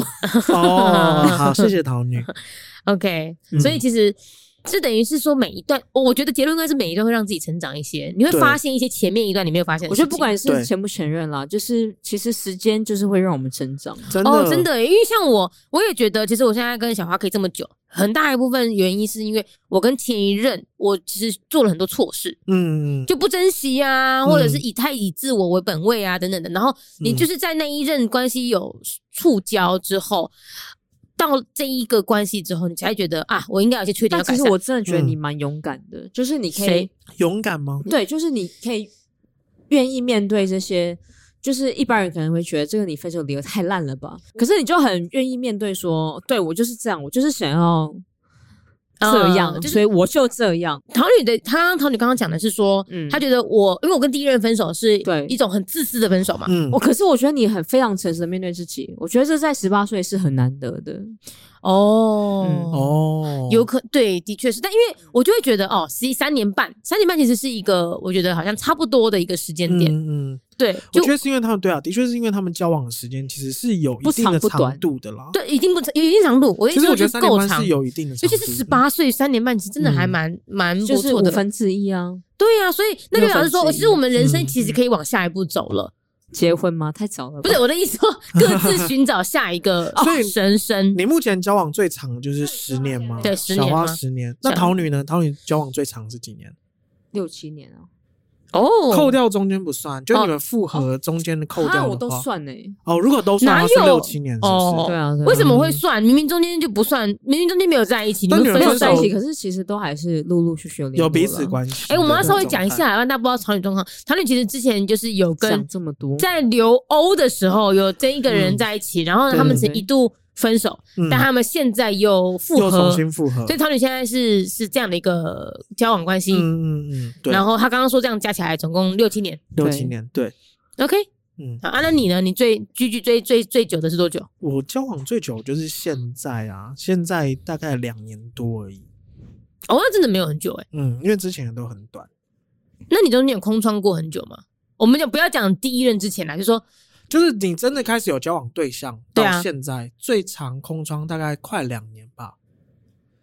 S3: 哦，好，谢谢桃女。
S1: OK，、
S3: 嗯
S1: 所以其实这等于是说每一段，我我觉得结论应该是每一段会让自己成长一些，你会
S3: 对
S1: 发现一些前面一段你没有发现的
S2: 我
S1: 事
S2: 觉
S1: 情。
S2: 得不管
S3: 对
S2: 是承不承认啦，就是其实时间就是会让我们成长。
S3: 真的，
S1: 哦，真的耶，因为像我，我也觉得，其实我现在跟小花可以这么久，很大一部分原因是因为我跟前一任，我其实做了很多错事，
S3: 嗯，
S1: 就不珍惜啊，或者是
S2: 嗯
S1: 以太以自我为本位啊，等等的。然后你就是在那一任关系有触礁之后，到这一个关系之后，你才会觉得啊，我应该有些缺点
S2: 但
S1: 要
S2: 其
S1: 改
S2: 实
S1: 善。
S2: 我真的觉得
S3: 嗯
S2: 你蛮勇敢的，就是你可以
S1: 谁
S3: 勇敢吗？
S2: 对，就是你可以愿意面对这些，就是一般人可能会觉得这个你分手理由太烂了吧，可是你就很愿意面对说，对我就是这样，我就是想要这样，
S3: 哦
S1: 嗯就是
S2: 所以我就这样。
S1: 桃女的，她桃女刚刚讲的是说，
S2: 嗯
S1: 她觉得我，因为我跟第一任分手是
S2: 对
S1: 一种很自私的分手嘛，
S3: 嗯
S2: 我、，可是我觉得你很非常诚实的面对自己，我觉得这在十八岁是很难得的。
S1: 哦、
S2: 嗯
S3: 哦，
S1: 有可对，的确是，但因为我就会觉得哦，十一三年半，三年半其实是一个我觉得好像差不多的一个时间点，
S3: 嗯嗯，
S1: 对，
S3: 我
S1: 就
S3: 觉得是因为他们对啊，的确是因为他们交往的时间其实是有一
S2: 不
S3: 定
S2: 长
S3: 的
S2: 不
S3: 长
S2: 短
S3: 度的啦。，
S1: 对，一定不长有一定长度，我的意
S3: 其
S1: 思
S3: 实我觉
S1: 就
S3: 得
S1: 是
S3: 三年
S1: 够
S3: 半
S1: 长
S3: 是，有一定
S1: 尤
S3: 的长度
S1: 其
S3: 的，嗯
S1: 是十八岁三年半，其实真的还蛮蛮、
S2: 就
S1: 不
S2: 是
S1: 错
S2: 五
S1: 的。
S2: 分之一啊，
S1: 对啊，所以那就表示
S2: 六
S1: 说，
S2: 分之
S1: 其
S2: 一
S1: 实我们人生
S3: 嗯
S1: 其实可以往下一步走了。
S2: 结婚吗？太早了吧，
S1: 不是我的意思说，各自寻找下一个 哦
S3: 所以
S1: 人生。
S3: 你目前交往最长的就是十年吗？
S1: 对10
S3: 小
S1: 年
S3: 花
S1: 啊
S3: 十年。那
S1: 小
S3: 桃女呢？桃女交往最长是几年？
S2: 六七年啊，
S1: 哦
S3: 扣掉中间不算，就
S1: 哦
S3: 你们复合中间扣
S2: 啊
S3: 掉
S2: 我
S3: 的
S2: 都
S3: 话，
S2: 算呢、
S3: 哦，如果都算
S1: 哪
S3: 的话是
S1: 有
S3: 六七年，是不
S1: 哦
S3: 是？
S2: 对啊，对啊
S1: 为什么会算？明明中间就不算，明明中间没有在一起，你
S3: 但
S1: 们
S3: 你们
S1: 分
S2: 没
S1: 手
S2: 有
S3: 分
S2: 在一
S3: 手
S2: 起？可是其实都还是陆陆续续有联
S3: 有彼
S2: 络
S3: 此
S2: 啦
S3: 关系的那种状态。
S1: 哎、我们要稍微讲一下，让大家不知道曹女状况。曹女其实之前就是有跟
S2: 讲这么多，
S1: 在留欧的时候有跟一个人
S3: 嗯
S1: 在一起，然后呢他们
S2: 对对
S1: 曾一度分手，
S3: 嗯，
S1: 但他们现在又复
S3: 又重
S1: 合，
S3: 新复合
S1: 所以。曹女现在是是这样的一个交往关系。
S3: 嗯嗯嗯，对
S1: 然，后她刚刚说这样加起来总共六七年。
S3: 六七年，对，
S1: OK，
S3: 嗯，
S1: 好啊，那你呢？你最居居最最最久的是多久？
S3: 我交往最久就是现在啊，现在大概两年多而已。
S1: 哦，那真的没有很久哎、
S3: 嗯，因为之前的都很短，
S1: 那你中间有空窗过很久吗？我们就不要讲第一任之前啦，就说
S3: 就是你真的开始有交往对象，
S1: 对啊
S3: 到现在最长空窗大概快两年吧。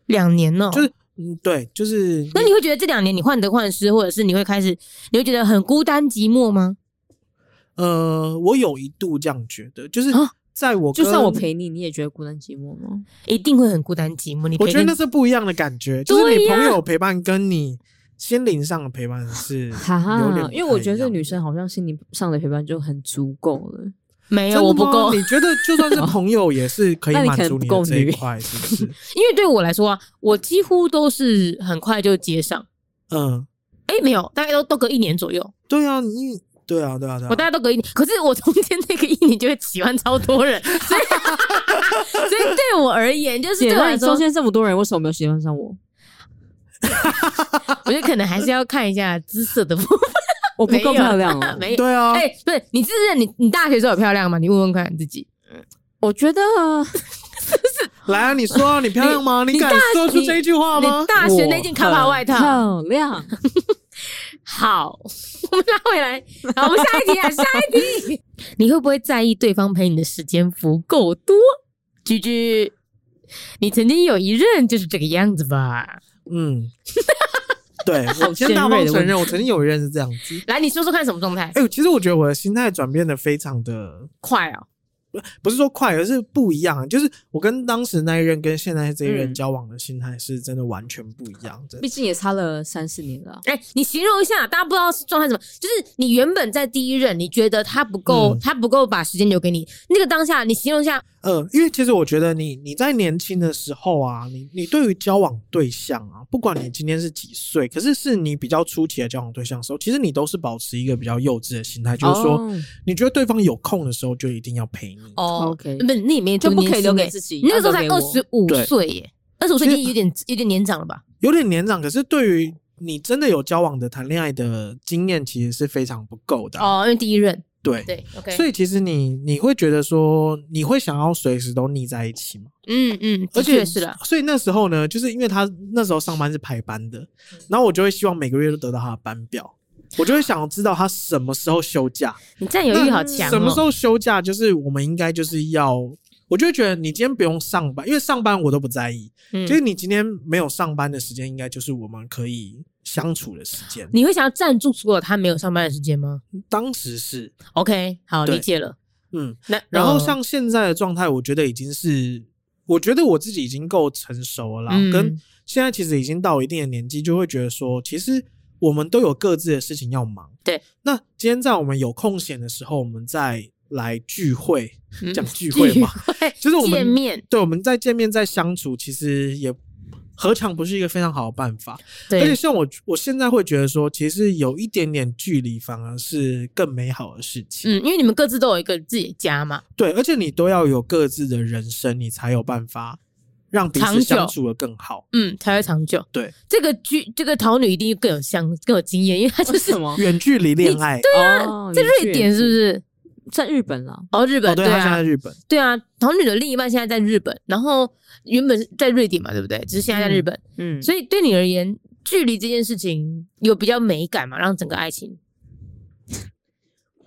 S1: 两年哦、
S3: 就是嗯，对，就是
S1: 那你会觉得这两年你患得患失，或者是你会开始，你会觉得很孤单寂寞吗？
S3: 呃，我有一度这样觉得，就是
S1: 啊
S3: 在我
S2: 哦就
S3: 跟
S2: 算我，陪你，你也觉得孤单寂寞吗？
S1: 一定会很孤单寂寞。你
S3: 我
S1: 陪
S3: 觉得
S1: 跟
S3: 那是不一样的感觉，就是
S1: 对
S3: 你
S1: 呀
S3: 朋友陪伴跟你心灵上的陪伴是
S2: 哈
S3: 嗯有点
S2: 哈
S3: 不，
S2: 因为我
S3: 太一
S2: 觉得这
S3: 样
S2: 女生好像心理上的陪伴就很足够了。
S1: 没
S3: 真
S1: 有，
S3: 的
S1: 我不
S3: 吗
S1: 够，
S3: 你觉得就 算是朋友也是可以
S2: 哦那你
S3: 满
S2: 可能
S3: 足
S2: 不
S3: 你
S2: 够
S3: 的这一
S2: 女
S3: 块，是不是？
S1: 因为对我来说啊，我几乎都是很快就接上。
S3: 嗯，
S1: 哎、没有，大概都都隔一年左右，
S3: 对啊，你对啊，对啊，对啊。
S1: 我大概都隔一年。可是我中间那个一年就会喜欢超多人，所以所以对我而言，就是
S2: 姐，
S1: 对我
S2: 那
S1: 来
S2: 你
S1: 说
S2: 中，间这么多人，为什么没有喜欢上我？
S1: 我觉得可能还是要看一下姿色的部分。
S2: 我不够
S1: 没有
S2: 漂亮哦。
S1: 没有，
S3: 对啊，
S1: 哎、不是你自认你你大学时候有漂亮吗？你问问看你自己。
S2: 我觉得
S3: 来啊，你说啊，你漂亮吗？你
S1: 你
S3: 敢
S1: 大
S3: 说出
S1: 你
S3: 这一句话
S1: 你
S3: 吗？
S1: 大学那件卡巴外套，
S2: 漂亮，
S1: 好， 我们拉回来，好，我们下一题啊，下一题，你会不会在意对方陪你的时间不够多？居居，你曾经有一任就是这个样子吧？
S3: 嗯， 对，我先
S2: 尖
S3: 大
S2: 锐
S3: 方
S2: 的
S3: 承
S2: 问
S3: 认，我曾经有一任是这样子。
S1: 来，你说说看什么状态？
S3: 哎、其实我觉得我的心态转变的非常的，
S1: 快哦，
S3: 不是说快，而是不一样。就是我跟当时那一任跟现在这一任
S2: 嗯
S3: 交往的心态是真的完全不一样的。
S2: 毕竟也差了三四年了啊。
S1: 哎、你形容一下，大家不知道状态是什么，就是你原本在第一任，你觉得他不够，
S3: 嗯
S1: 他不够把时间留给你，那个当下，你形容一下，
S3: 呃，因为其实我觉得你你在年轻的时候啊，你你对于交往对象啊，不管你今天是几岁，可是是你比较初期的交往对象的时候，其实你都是保持一个比较幼稚的心态，就是
S2: 哦
S3: 说，你觉得对方有空的时候就一定要陪你。
S1: 哦
S2: OK
S1: 不是，那也没
S2: 就
S1: 多
S2: 不
S1: 年
S2: 可以留
S1: 轻
S2: 给
S1: 耶
S2: 自己，
S1: 你那个时候
S2: 要
S1: 才
S2: 留给
S1: 二
S2: 我
S1: 十五
S3: 对
S1: 岁耶，二十五岁已经有点有点年长了吧？
S3: 有点年长，可是对于你真的有交往的谈恋爱的经验，其实是非常不够的啊。
S1: 哦，因为第一任，
S3: 对，
S1: 对，OK，
S3: 所以其实你你会觉得说，你会想要随时都腻在一起吗？
S1: 嗯嗯，
S3: 而
S1: 的
S3: 且
S1: 确是啦，
S3: 所以那时候呢，就是因为他那时候上班是排班的，
S1: 嗯
S3: 然后我就会希望每个月都得到他的班表，我就会想知道他什么时候休假。
S1: 你占有欲好强、哦。
S3: 什么时候休假？就是我们应该就是要，我就会觉得你今天不用上班，因为上班我都不在意。
S1: 嗯
S3: 就是你今天没有上班的时间，应该就是我们可以相处的时间。
S1: 你会想要占住所有他没有上班的时间吗
S3: 当时是，
S1: ？OK，好，
S3: 对
S1: 理解了。
S3: 嗯，
S1: 那
S3: 然后
S1: 呃
S3: 像现在的状态，我觉得已经是，我觉得我自己已经够成熟了啦，
S1: 嗯
S3: 跟现在其实已经到一定的年纪，就会觉得说，其实我们都有各自的事情要忙。
S1: 对，
S3: 那今天在我们有空闲的时候，我们再来聚会，
S1: 嗯
S3: 讲聚会 嘛，
S1: 会
S3: 就是我们
S1: 见面，
S3: 对，我们再见面再相处，其实也何尝不是一个非常好的办法？而且
S1: 对，
S3: 像我，我现在会觉得说，其实有一点点距离，反而是更美好的事情。
S1: 嗯，因为你们各自都有一个自己的家嘛，
S3: 对，而且你都要有各自的人生，你才有办法让彼此
S1: 长久
S3: 相处的更好。
S1: 嗯，才会长久。
S3: 对，
S1: 这个剧，这个桃女一定更有相更有经验，因为她就是
S2: 什么？
S3: 远距离恋爱，
S2: 对啊
S1: 在瑞典，是不是？
S2: 在日本啦。
S1: 哦，日本、
S3: 哦，对，
S1: 对
S3: 他现在在
S1: 啊，
S3: 日本，
S1: 对啊，桃女的另一半现在在日本，然后原本是在瑞典嘛，对不对？只是现在在日本，
S2: 嗯，
S1: 所以对你而言，距离这件事情有比较美感嘛，让整个爱情，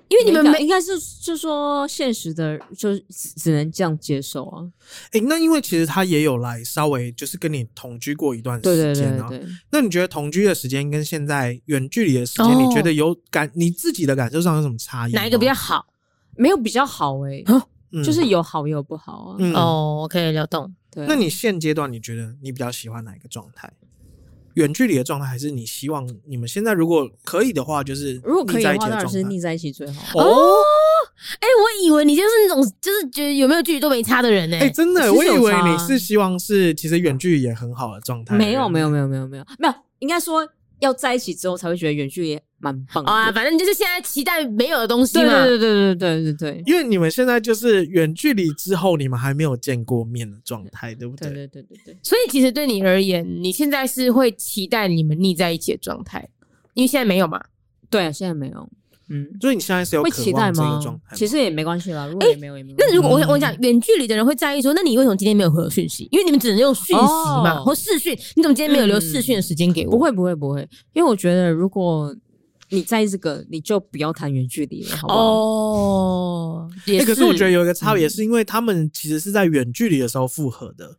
S1: 因为你们
S2: 应该
S1: 没
S2: 应该是就说现实的，就只只能这样接受啊。
S3: 诶，那因为其实他也有来稍微就是跟你同居过一段
S2: 对对
S3: 时
S2: 对
S3: 间
S2: 对
S3: 啊。
S2: 对，
S3: 那你觉得同居的时间跟现在远距离的时间，
S1: 哦
S3: 你觉得有感你自己的感受上有什么差异吗？
S1: 哪一个比较好。
S2: 没有比较好哎，
S3: 嗯
S2: 就是有好也有不好啊。
S3: 嗯，
S1: 哦，OK，聊懂。
S2: 对啊，
S3: 那你现阶段你觉得你比较喜欢哪一个状态？远距离的状态，还是你希望你们现在如果可以的话，就是
S2: 如果可
S3: 腻
S2: 以
S3: 在
S2: 的
S3: 一起
S2: 话，
S3: 的
S2: 当然是
S3: 状态
S2: 腻在一起最好。
S3: 哦，
S1: 哎、我以为你就是那种就是觉得有没有距离都没差的人呢、
S3: 哎、真
S2: 其
S3: 的，
S2: 实
S3: 我以
S2: 有
S3: 为
S2: 差啊
S3: 你是希望是其实远距离也很好的状态。
S2: 没有
S3: 对不
S2: 没
S3: 对
S2: 有没有没有没有没有，应该说要在一起之后才会觉得远距离也蛮棒的。
S1: 好啊，反正就是现在期待没有的东西
S2: 对
S1: 嘛。
S2: 对对对对对对对
S3: 因为你们现在就是远距离之后，你们还没有见过面的状态，对不对？
S2: 对对对对对。
S1: 所以其实对你而言，你现在是会期待你们腻在一起的状态，因为现在没有嘛。
S2: 对啊，现在没有，嗯，
S3: 所以你现在是有
S2: 会
S3: 渴
S2: 期待
S3: 望这
S2: 吗
S3: 个状态？
S2: 其，实也没关系啦，如果也没有也没关
S1: 那
S2: 系。
S1: 如果我想
S3: 嗯
S1: 我讲远距离的人会在意说，那你为什么今天没有回我讯息？因为你们只能用讯息嘛，
S2: 哦
S1: 或视讯，你怎么今天没有留
S2: 嗯
S1: 视讯的时间给我？
S2: 不，会不会不会，因为我觉得如果你在意这个，你就不要谈远距离了，好不好？
S1: 哦，也
S3: 哎、
S1: 是。
S2: 嗯
S3: 可是我觉得有一个差别，是因为他们其实是在远距离的时候复合的。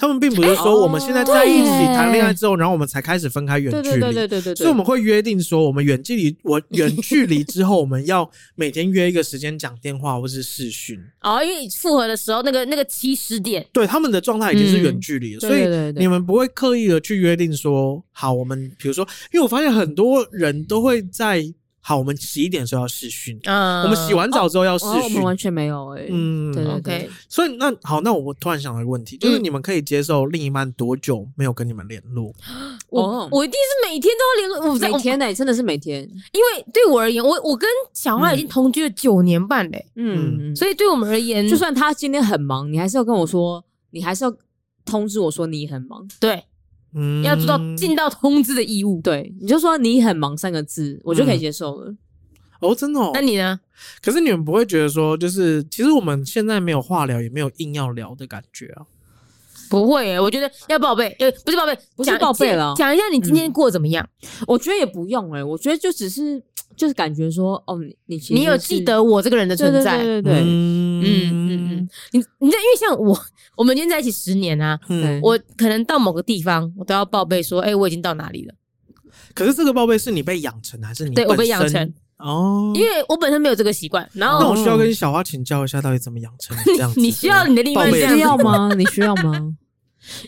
S3: 他们并不
S2: 哎
S3: 是说我们现在在一起
S1: 对
S3: 谈恋爱之后，然后我们才开始分开远
S2: 哦对
S3: 距
S2: 对对
S3: 离。
S2: 对对对
S3: 所以我
S2: 对，
S3: 们会约定说，我们远距离，我远距离之后，我们要每天约一个时间讲电话或是视 讯。
S1: 哦，因为复合的时候那个那个起始点，
S3: 对，他们的状态已经是远
S2: 嗯
S3: 距离了，
S2: 对
S3: 所以
S2: 对对对
S3: 你们不会刻意的去约定说，好，我们比如说，因为我发现很多人都会在好，我们洗一点的时候要视讯，
S1: 嗯，
S3: 我们洗完澡之后要视
S2: 哦，我
S3: 讯
S2: 们，完全没有哎，
S3: 嗯
S2: 对对对
S1: ，OK，，
S3: 所以那好，那我突然想到一个问题，就是
S1: 嗯
S3: 你们可以接受另一半多久没有跟你们联络？
S1: 我
S2: 哦
S1: 我一定是每天都要联络，我
S2: 每
S1: 我
S2: 天呢，真的是每天，
S1: 因为对我而言，我我跟小花已经同居了九年半嘞，
S2: 嗯，嗯
S1: 所以对我们而言，
S2: 就算他今天很忙，你还是要跟我说，你还是要通知我说你很忙。
S1: 对
S3: 嗯，
S1: 要做到尽到通知的义务。
S2: 对，你就说你很忙三个字，我就可以接受了。
S3: 哦，真的哦
S1: 那。你呢？
S3: 可是你们不会觉得说，就是其实我们现在没有话聊，也没有硬要聊的感觉啊。
S1: 不会
S2: 欸
S1: 耶，我觉得要报备，呃，不是报备，
S2: 不是
S1: 讲
S2: 报备了嗯
S1: 讲讲一下你今天过得怎么样？
S2: 我觉得也不用哎、我觉得就只是就是感觉说，哦，你你其实
S1: 你有
S2: 是
S1: 记得我这个人的
S2: 对
S1: 存
S2: 对
S1: 在？
S2: 对对对，
S3: 嗯
S1: 嗯嗯嗯，你你知道，因为像我，我们已经在一起十年啊，
S3: 嗯
S2: 对
S1: 我可能到某个地方，我都要报备说，哎、我已经到哪里了。
S3: 可是这个报备是你被养成的还是你
S1: 对我
S3: 本
S1: 被养
S3: 身
S1: 成
S3: 哦？
S1: 因为我本身没有这个习惯，然
S3: 那
S1: 后
S3: 我需要跟小花请教一下，到底怎么养成这样子？
S1: 哦你需要你的另一半
S3: 报备
S1: 这
S2: 你
S1: 样
S2: 需
S1: 子。
S2: 要 吗？你需要吗？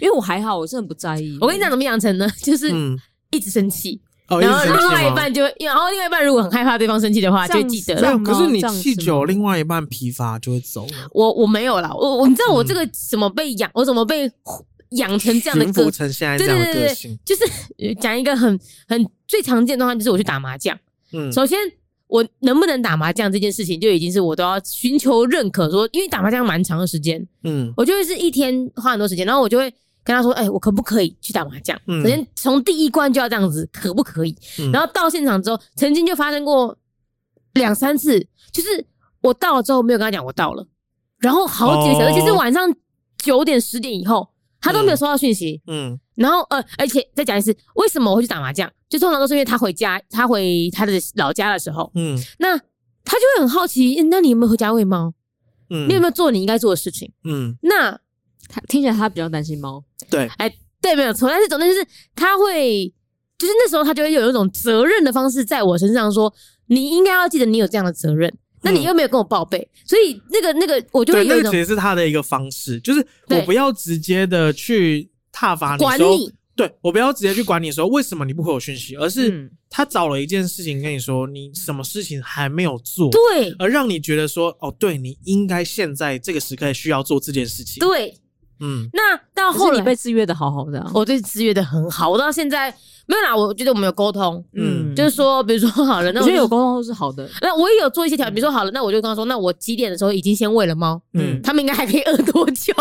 S2: 因为我还好，我真的不在意。
S1: 我跟你讲，怎么养成呢？就是
S3: 嗯，
S1: 一直生气，
S3: 哦，
S1: 然后
S3: 一直生气
S1: 另外一
S3: 吗
S1: 半就会，然后另外一半如果很害怕对方生气的话，就
S2: 这
S1: 会
S2: 样
S1: 记得
S2: 子
S1: 了
S3: 没。有，
S2: 样
S3: 可是
S2: 吗
S3: 你
S2: 这样
S3: 气
S2: 子
S3: 久，
S2: 吗
S3: 另外一半疲乏就会走了，
S1: 我我没有啦，我我你知道
S3: 嗯
S1: 我这个怎么被养，我怎么被养成这样的
S3: 驯
S1: 个
S3: 服，成现在
S1: 对
S3: 这
S1: 对
S3: 样的
S1: 对对
S3: 个
S1: 对
S3: 性，，
S1: 就是呃讲一个很很最常见的状况，就是我去打麻将。
S3: 嗯，
S1: 首先，我能不能打麻将这件事情，就已经是我都要寻求认可说，因为打麻将蛮长的时间，
S3: 嗯
S1: 我就会是一天花很多时间，然后我就会跟他说，哎、我可不可以去打麻将？
S3: 嗯
S1: 首先从第一关就要这样子，可不可以？
S3: 嗯
S1: 然后到现场之后，曾经就发生过两三次，就是我到了之后没有跟他讲我到了，然后好几个小时，
S3: 哦
S1: 其实晚上九点十点以后，他都没有收到讯息。
S3: 嗯
S1: 然后呃，而且再讲一次，为什么我会去打麻将？就通常都是因为他回家，他回他的老家的时候，
S3: 嗯
S1: 那他就会很好奇，诶那你有没有回家喂猫？
S3: 嗯，
S1: 你有没有做你应该做的事情？
S3: 嗯，
S1: 那
S2: 他听起来他比较担心猫，
S3: 对，
S1: 对，没有错。但是总之就是他会，就是那时候他就会有一种责任的方式在我身上说，你应该要记得你有这样的责任，那你又没有跟我报备，所以那个那个我就
S3: 对，
S1: 会有
S3: 那
S1: 一
S3: 个
S1: 种
S3: 其实是他的一个方式，就是我
S1: 对
S3: 不要直接的去挞伐你
S1: 管
S3: 说，
S1: 你。
S3: 对我不要直接去管你说为什么你不回我讯息，而是
S2: 嗯
S3: 他找了一件事情跟你说，你什么事情还没有做，
S1: 对
S3: 而让你觉得说，哦，对你应该现在这个时刻需要做这件事情，
S1: 对，
S3: 嗯
S1: 那到
S2: 可是
S1: 后
S2: 你
S1: 来
S2: 被制约的好好的啊、
S1: 我对制约的很好，我到现在没有啦，我觉得我们有沟通，
S3: 嗯
S1: 就是说，比如说好了，那
S2: 我
S1: 我
S2: 觉得有
S1: 就。
S2: 沟通都是好的。
S1: 那我也有做一些调，比如说好了，那我就跟他说，那我几点的时候已经先喂了猫，
S3: 嗯
S2: 嗯，
S1: 他们应该还可以饿多久？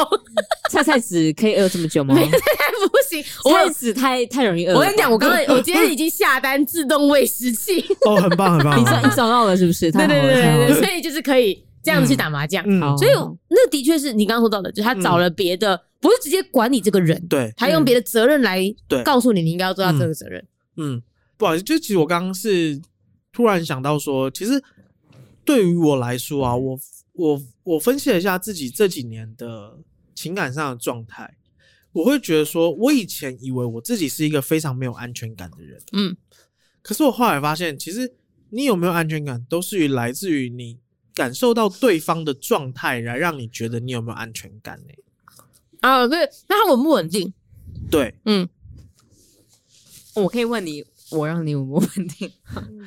S2: 菜菜子可以饿这么 久吗？
S1: 没不行，我
S2: 菜子太太容易饿了吧。
S1: 我跟你讲，我呃刚才我今天已经下单自动喂食 器，
S3: 哦，很棒很棒， 很
S2: 你找
S3: 棒
S2: 你找到了是不是？
S1: 对
S2: 太好
S1: 嗯对
S2: 了
S1: 对
S2: 太好
S1: 对
S2: 了
S1: 对，所以就是可以这样子去打麻将。
S3: 嗯
S2: 好
S1: 所以那的确是你刚刚说到的，就是他找了别的，不是直接管你这个人，
S3: 对，
S1: 他用别的责任来
S3: 对
S1: 告诉你你应该要做到这个责任。
S3: 嗯，不好意思，就其实我刚刚是突然想到说，其实对于我来说啊，我我我分析了一下自己这几年的情感上的状态，我会觉得说，我以前以为我自己是一个非常没有安全感的人，
S1: 嗯，
S3: 可是我后来发现，其实你有没有安全感，都是于来自于你感受到对方的状态，来让你觉得你有没有安全感呢、
S1: 啊，对，那他稳不稳定？
S3: 对，
S1: 嗯，
S2: 我可以问你，我让你我问 你，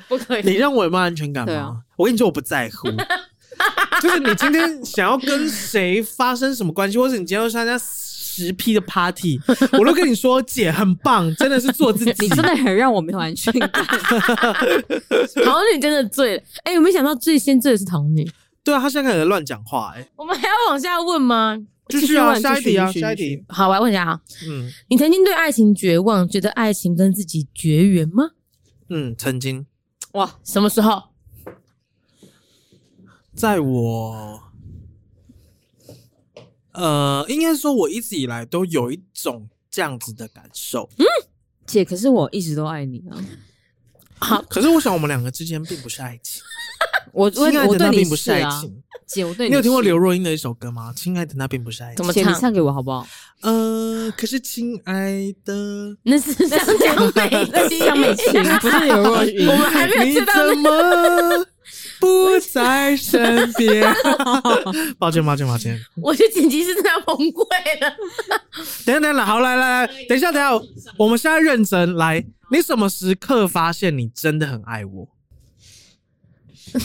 S1: 不可
S3: 你。认为有没有安全感吗？
S2: 对啊
S3: 我跟你说，我不在 乎。就是你今天想要跟谁发生什么关系，或者你今天要参加十 P 的 party，我都跟你说，姐很棒，真的是做自己
S2: 你。真的很让我没有安全 感。
S1: 桃女真的醉了，哎、我没想到最先醉的是桃女。
S3: 对啊，他现在开始乱讲话、哎，
S1: 我们还要往下问吗？
S3: 继
S2: 续
S3: 续啊，
S2: 问
S3: 下一
S2: 继续
S3: 题啊，
S2: 继续
S3: 下一
S2: 继续
S3: 题。
S1: 好，我来问一下啊，
S3: 嗯
S1: 你曾经对爱情绝望，觉得爱情跟自己绝缘吗？
S3: 嗯，曾经
S2: 哇，
S1: 什么时候？
S3: 在我，呃，应该说我一直以来都有一种这样子的感受。
S2: 嗯姐，可是我一直都爱你啊。
S1: 好，
S3: 可是我想，我们两个之间并不是爱情。
S2: 我我
S3: 亲爱
S2: 我
S3: 的，
S2: 对
S3: 那
S2: 你
S3: 并不是
S2: 是
S3: 爱
S2: 啊，
S3: 情。
S2: 姐，我对
S3: 你有听过
S2: 是
S3: 刘若英的一首歌吗？亲爱的，那并不是爱
S1: 怎
S3: 情。
S1: 么
S2: 姐，你
S1: 唱？
S2: 唱给我好不好？
S3: 呃，可是亲爱的，
S1: 那是香江 美，
S2: 那是江美琪不是刘若
S1: 英我们还 没有
S3: 你
S1: 知道
S3: 怎么不在身 边？抱歉，抱歉，抱歉。
S1: 我去剪辑师真的要崩溃了。
S3: 等一下，等一下，好，来来来，等一下，等一下，我们现在认真来。你什么时刻发现你真的很爱我？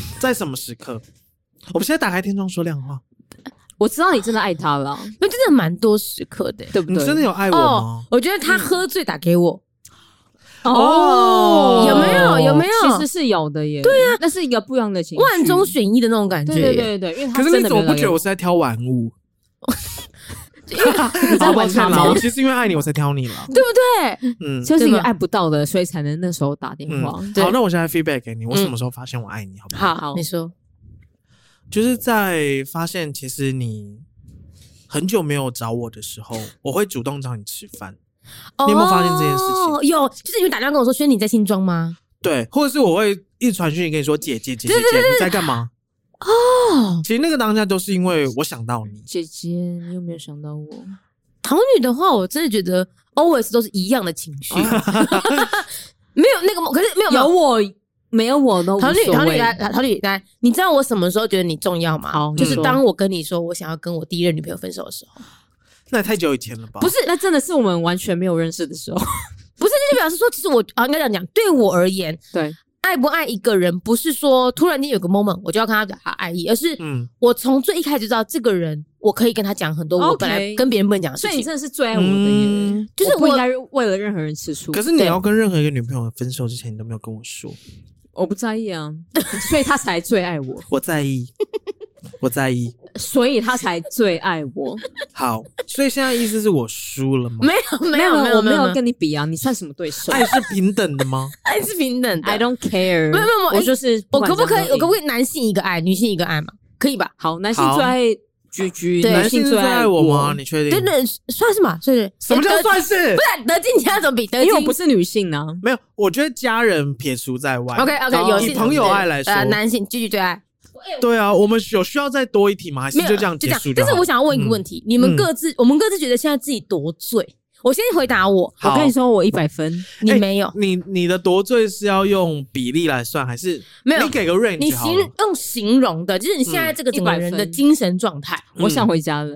S3: 在什么时刻？我们现在打开天窗说亮话，
S2: 我知道你真的爱他 了，
S1: 那真的蛮多时刻的、
S2: 对不
S3: 你
S2: 对？
S3: 真的有爱我
S1: 哦
S3: 吗？，
S1: 我觉得他喝醉打给我，
S3: 哦
S1: 有没有有没有
S2: 其实是有的耶。对啊，那是一个不一样的情绪。
S1: 万中选一的那种感觉。
S2: 对对对对，因为
S3: 可
S2: 他
S3: 是
S2: 真
S3: 你
S2: 的
S3: 怎么不
S2: 没
S3: 觉得
S2: 有
S3: 我是在挑玩 物？
S2: 你在
S3: 好抱
S2: 玩
S3: 歉
S2: 他
S3: 啦，
S2: 吗
S3: 我？其实因为爱你，我才挑你了。
S1: 对不对？
S3: 嗯
S2: 就是因
S1: 对
S2: 为
S1: 吧
S2: 爱不到的，所以才能那时候打电
S3: 嗯，
S2: 话。
S1: 对
S3: 好，那我现在 feedback 给你，我什么时候发现我爱你？好不好？
S1: 好，
S2: 嗯好
S1: 你说，
S3: 就是在发现其实你很久没有找我的时候， 我会主动找你吃饭。
S2: 哦
S3: 你有没有发现这件事情
S1: 哦？有，就是你打电话跟我说，轩你在新庄吗？
S3: 对，或者是我会一直传讯息跟你说姐姐姐姐姐你在干嘛？
S1: 哦，
S3: 其实那个当下都是因为我想到你，
S2: 姐姐，你有没有想到我？
S1: 桃女的话，我真的觉得 always 都是一样的情 绪，没有那个，可是没有没
S2: 有我没有我都无
S1: 桃女，
S2: 所
S1: 桃女
S2: 谓。
S1: 来，桃女来，你知道我什么时候觉得你重要吗？
S2: 好
S1: 就是
S2: 你说
S1: 当我跟你说我想要跟我第一任女朋友分手的时候，
S3: 那也太久以前了吧？
S2: 不是，那真的是我们完全没有认识的时候。
S1: 不是，那就表示说，其实我啊，应该这样讲，对我而言，
S2: 对，
S1: 爱不爱一个人，不是说突然间有个 moment 我就要跟他表达爱意，而是
S3: 嗯，
S1: 我从最一开始就知道这个人，我可以跟他讲很多我
S2: OK
S1: 本来跟别人不能讲的事
S2: 所以
S1: 情
S2: 你。真的是最爱我的耶
S3: 嗯，
S1: 就是
S2: 我不
S1: 我
S2: 应该为了任何人吃醋。
S3: 可是你
S2: 对
S3: 要跟任何一个女朋友分手之前，你都没有跟我说，
S2: 我不在意啊， 所以他才最爱我，
S3: 我在意，我在意。
S2: 所以他才最爱我。
S3: 好，所以现在意思是我输了吗？
S1: 没有 没有
S2: 没
S1: 没
S2: 我
S1: 有没有
S2: 有， 跟你比啊，你算什么对手
S3: 爱是平等的吗？
S1: 爱是平等的。
S2: ？I don't care。
S1: 没有没有没有
S2: 我就是
S1: 我可不可以？我可不
S2: 以？
S1: 可以男性一个爱，女性一个爱嘛？可以吧？
S2: 好，男性
S3: 好
S2: 最爱居居，
S1: 对
S3: 男性
S2: 性
S3: 是
S2: 最
S3: 最爱我吗？
S2: 我？
S3: 你确定？
S1: 对呃对，算是嘛，算是。
S3: 什么叫
S1: 得
S3: 算是？
S1: 不是啊得进家怎么比？得
S2: 因为我
S1: 进
S2: 不是女性啊呢。
S3: 没有，我觉得家人撇除在外。
S1: OK OK，、
S2: 哦
S1: 有
S2: 以
S1: 性
S3: 朋友爱来说
S1: 呃，男性继续最爱，
S3: 对啊，我们有需要再多一题吗？还是
S1: 没有
S3: 就这样
S1: 就
S3: 结
S1: 这样
S3: 束。就
S1: 但
S3: 好？
S1: 是我想要问一个问题，你们
S3: 嗯
S1: 各自，我们各自觉得现在自己多醉？我先回答我，
S3: 好
S2: 我跟你说，我一百分，
S1: 你
S3: 哎
S1: 没有，
S3: 你你的夺罪是要用比例来算，还是
S1: 没有
S3: 你给个 range
S1: 你
S3: 好
S1: 形
S3: 了。
S1: 用形容的，就是你现在这个整个
S2: 100
S1: 人的
S2: 分
S1: 精神状态。
S3: 嗯
S2: 我想回家了。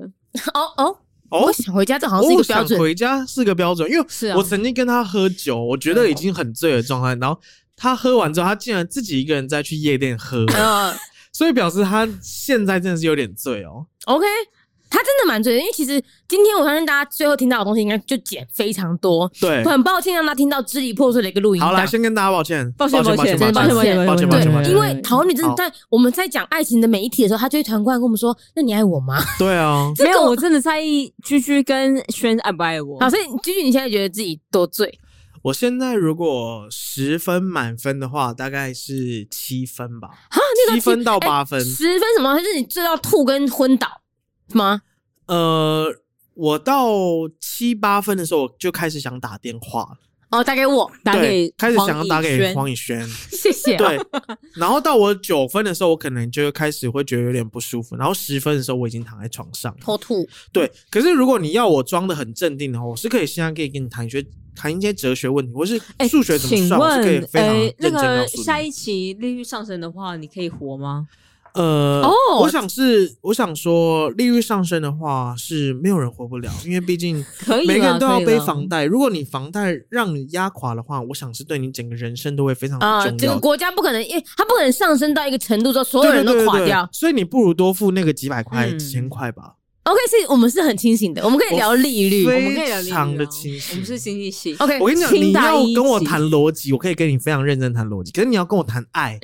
S1: 哦哦，
S3: 哦
S1: 我，想回家，这好像是一个标
S3: 我想
S1: 准。
S3: 回家是个标准，因为
S2: 是啊
S3: 我曾经跟他喝酒，我觉得已经很醉的状态，然后他喝完之后，他竟然自己一个人再去夜店喝，
S1: 嗯
S3: 所以表示他现在真的是有点醉哦。
S1: ，OK。他真的蛮醉的，因为其实今天我相信大家最后听到的东西应该就减非常多，
S3: 对，
S1: 很抱歉让他听到支离破碎的一个录音
S3: 好，来
S1: 档。
S3: 先跟大家抱歉，
S2: 抱
S3: 歉，
S2: 歉
S3: 抱
S2: 歉
S3: 抱
S2: 抱
S3: 歉，
S2: 抱歉
S3: 抱歉抱歉抱
S2: 对
S3: 歉
S1: 因为桃女真的
S3: 好
S1: 在我们在讲爱情的每一题的时候，她就会突然过来跟我们说：“那你爱我吗
S3: 对啊，
S1: 这
S2: 没
S1: 个
S2: 有，
S1: 我
S2: 我真的在意居居跟轩爱不爱
S3: 嗯
S2: 我？”。
S1: 老师，所以居居，你现在觉得自己多醉？
S3: 我现在如果十分满分的话，大概是七分吧，
S1: 啊，那个哎
S3: 七分到八分，
S1: 十分什么？就是你醉到吐跟昏倒吗？啊
S3: 呃，我到七八分的时候，我就开始想打电话，
S1: 哦，打给我，
S2: 打给
S3: 对开始想要打
S2: 黄以
S3: 给
S2: 轩
S3: 黄以轩，
S1: 谢谢。
S3: 对。 然后到我九分的时候，我可能就开始会觉得有点不舒服。然后十分的时候，我已经躺在床上。
S1: 偷吐，
S3: 对，可是如果你要我装的很镇定的话，我是可以现在可以跟你谈一些谈一些哲学问题，或是
S2: 哎
S3: 数学怎么
S2: 请
S3: 算，我是可以
S2: 问，呃哎
S3: 非常认
S2: 那
S3: 真啊地
S2: 个
S3: 告诉你。
S2: 下一期利率上升的话，你可以活吗？
S3: 呃，
S1: 哦
S3: 我想是，我想说，利率上升的话是没有人活不了，因为毕竟
S2: 可以啦，
S3: 每个人都要
S2: 可以
S3: 背
S2: 啦
S3: 房贷。如果你房贷让你压垮的话，我想是对你整个人生都会非常重
S1: 啊，
S3: 要。
S1: 整个国家不可能，因为它不可能上升到一个程度之后，所有人都垮
S3: 对对对
S1: 掉
S3: 对。所以你不如多付那个几百块、
S2: 嗯
S3: 几千块吧。
S1: OK，所以我们是很清醒的，我们可以聊利率。
S3: 我
S2: 我们可以聊利
S3: 非
S2: 率
S3: 常的
S2: 啊
S3: 清晰
S2: 我们是经济系。
S1: OK，
S3: 我跟你讲，你
S2: 清大
S3: 要
S2: 一
S3: 跟我
S2: 级
S3: 谈逻辑，我可以跟你非常认真谈逻辑。可是你要跟我谈爱，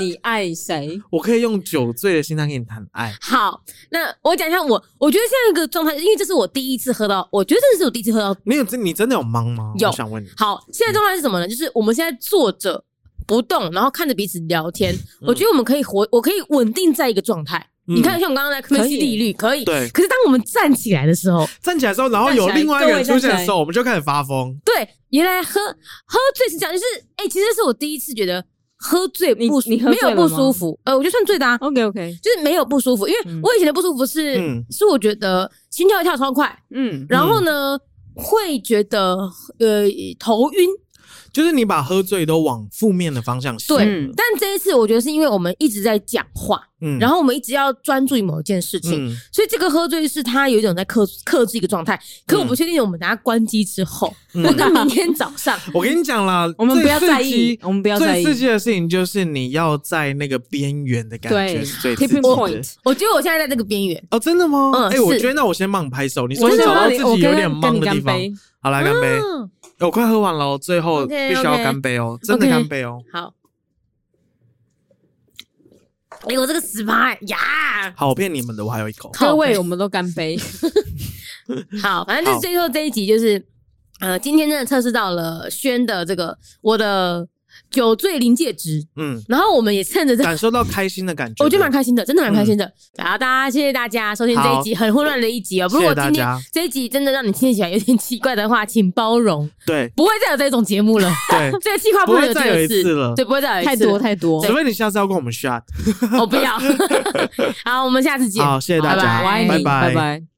S2: 你爱谁？
S3: 我可以用酒醉的心态跟你谈爱。
S1: 好，那我讲一下我，我觉得现在一个状态，因为这是我第一次喝到，我觉得这是我第一次喝到。
S3: 你有真你真的有忙吗？
S1: 有
S3: 我想问你。
S1: 好，现在状态是什
S3: 嗯
S1: 么呢？就是我们现在坐着不动，然后看着彼此聊天。我觉得我们可以活，我可以稳定在一个状态。
S3: 嗯
S1: 你看，像我刚刚在分析
S2: 可以
S1: 利率，可以。
S3: 对
S1: 可是当我们站起来的时候，
S3: 站起来之后，然后
S2: 站
S3: 有
S2: 起来
S3: 另外一个人
S2: 各
S3: 出
S2: 位
S3: 现
S2: 站
S3: 的
S2: 起
S3: 时候，我们就开始发疯。
S1: 对，原来喝喝醉是这样，就是哎、其实是我第一次觉得。喝醉
S2: 你
S1: 不舒
S2: 你喝
S1: 没
S2: 醉
S1: 有不
S2: 了吗
S1: 舒服，呃，我觉得算醉的啊，
S2: OK OK，
S1: 就是没有不舒服，因为
S2: 嗯
S1: 我以前的不舒服是、
S3: 嗯
S1: 是我觉得心跳跳超快，
S2: 嗯，
S1: 然后呢、会觉得呃头晕，
S3: 就是你把喝醉都往负面的方向想。
S1: 对。
S2: 嗯
S1: 但这一次我觉得是因为我们一直在讲话，
S3: 嗯
S1: 然后我们一直要专注于某一件事情，
S3: 嗯，
S1: 所以这个喝醉是他有一种在克克制一个状态。可我不确定我们等下关机之后，
S3: 嗯
S1: 或者明天早上，
S3: 我跟你讲啦，
S2: 我们不要
S3: 最
S2: 在
S3: 刺激
S2: 意，我们不要在
S3: 最
S2: 意
S3: 刺激的事情就是你要在那个边缘的感觉
S2: 对
S3: 是最刺激
S2: ，tipping
S3: 的
S2: point。
S1: 我觉得我现在在这个边 缘。
S3: 哦，真的吗？
S1: 嗯
S3: 哎，我
S1: 是
S3: 觉得那我先帮你拍手，你
S2: 我
S3: 说
S2: 跟
S3: 找到
S2: 你
S3: 自己有点懵的地方。好，来干杯！
S1: 嗯，
S3: 哎我快喝完了，最后
S1: OK，
S3: 必须要
S1: OK
S3: 干杯哦，真的
S1: OK
S3: 干杯哦！
S1: 好。哎、我这个十八呀！
S3: 好，我骗你们的，我还有一口。
S1: 靠
S2: 各
S1: 北
S2: 位，我们都干杯。
S1: 好，反正就是最后这一集就是，呃，今天真的测试到了轩的这个我的酒醉临界值，
S3: 嗯，
S1: 然后我们也趁着这，
S3: 感受嗯到开心的感觉。
S1: 我觉得蛮开心的，真的蛮开心的。然后大家谢谢大家收听这一集很混乱的一集哦。
S3: 谢
S1: 如
S3: 谢
S1: 果今天
S3: 大家
S1: 这一集真的让你听起来有点奇怪的话，请包容，
S3: 对
S1: 不会再有这种节目了。
S3: 对，
S1: 这个计划不能有第
S3: 不会 再有
S1: 二
S3: 一次了
S1: 对，不会再有一
S2: 太
S1: 次
S2: 多
S1: 了，哦
S2: 太多，
S3: 除非你下次要跟我们 shot。
S1: 我不要。好，我们下次见。
S3: 好，谢谢大
S1: 拜
S3: 家，
S1: 拜
S2: 我爱你，
S3: 拜
S2: 拜拜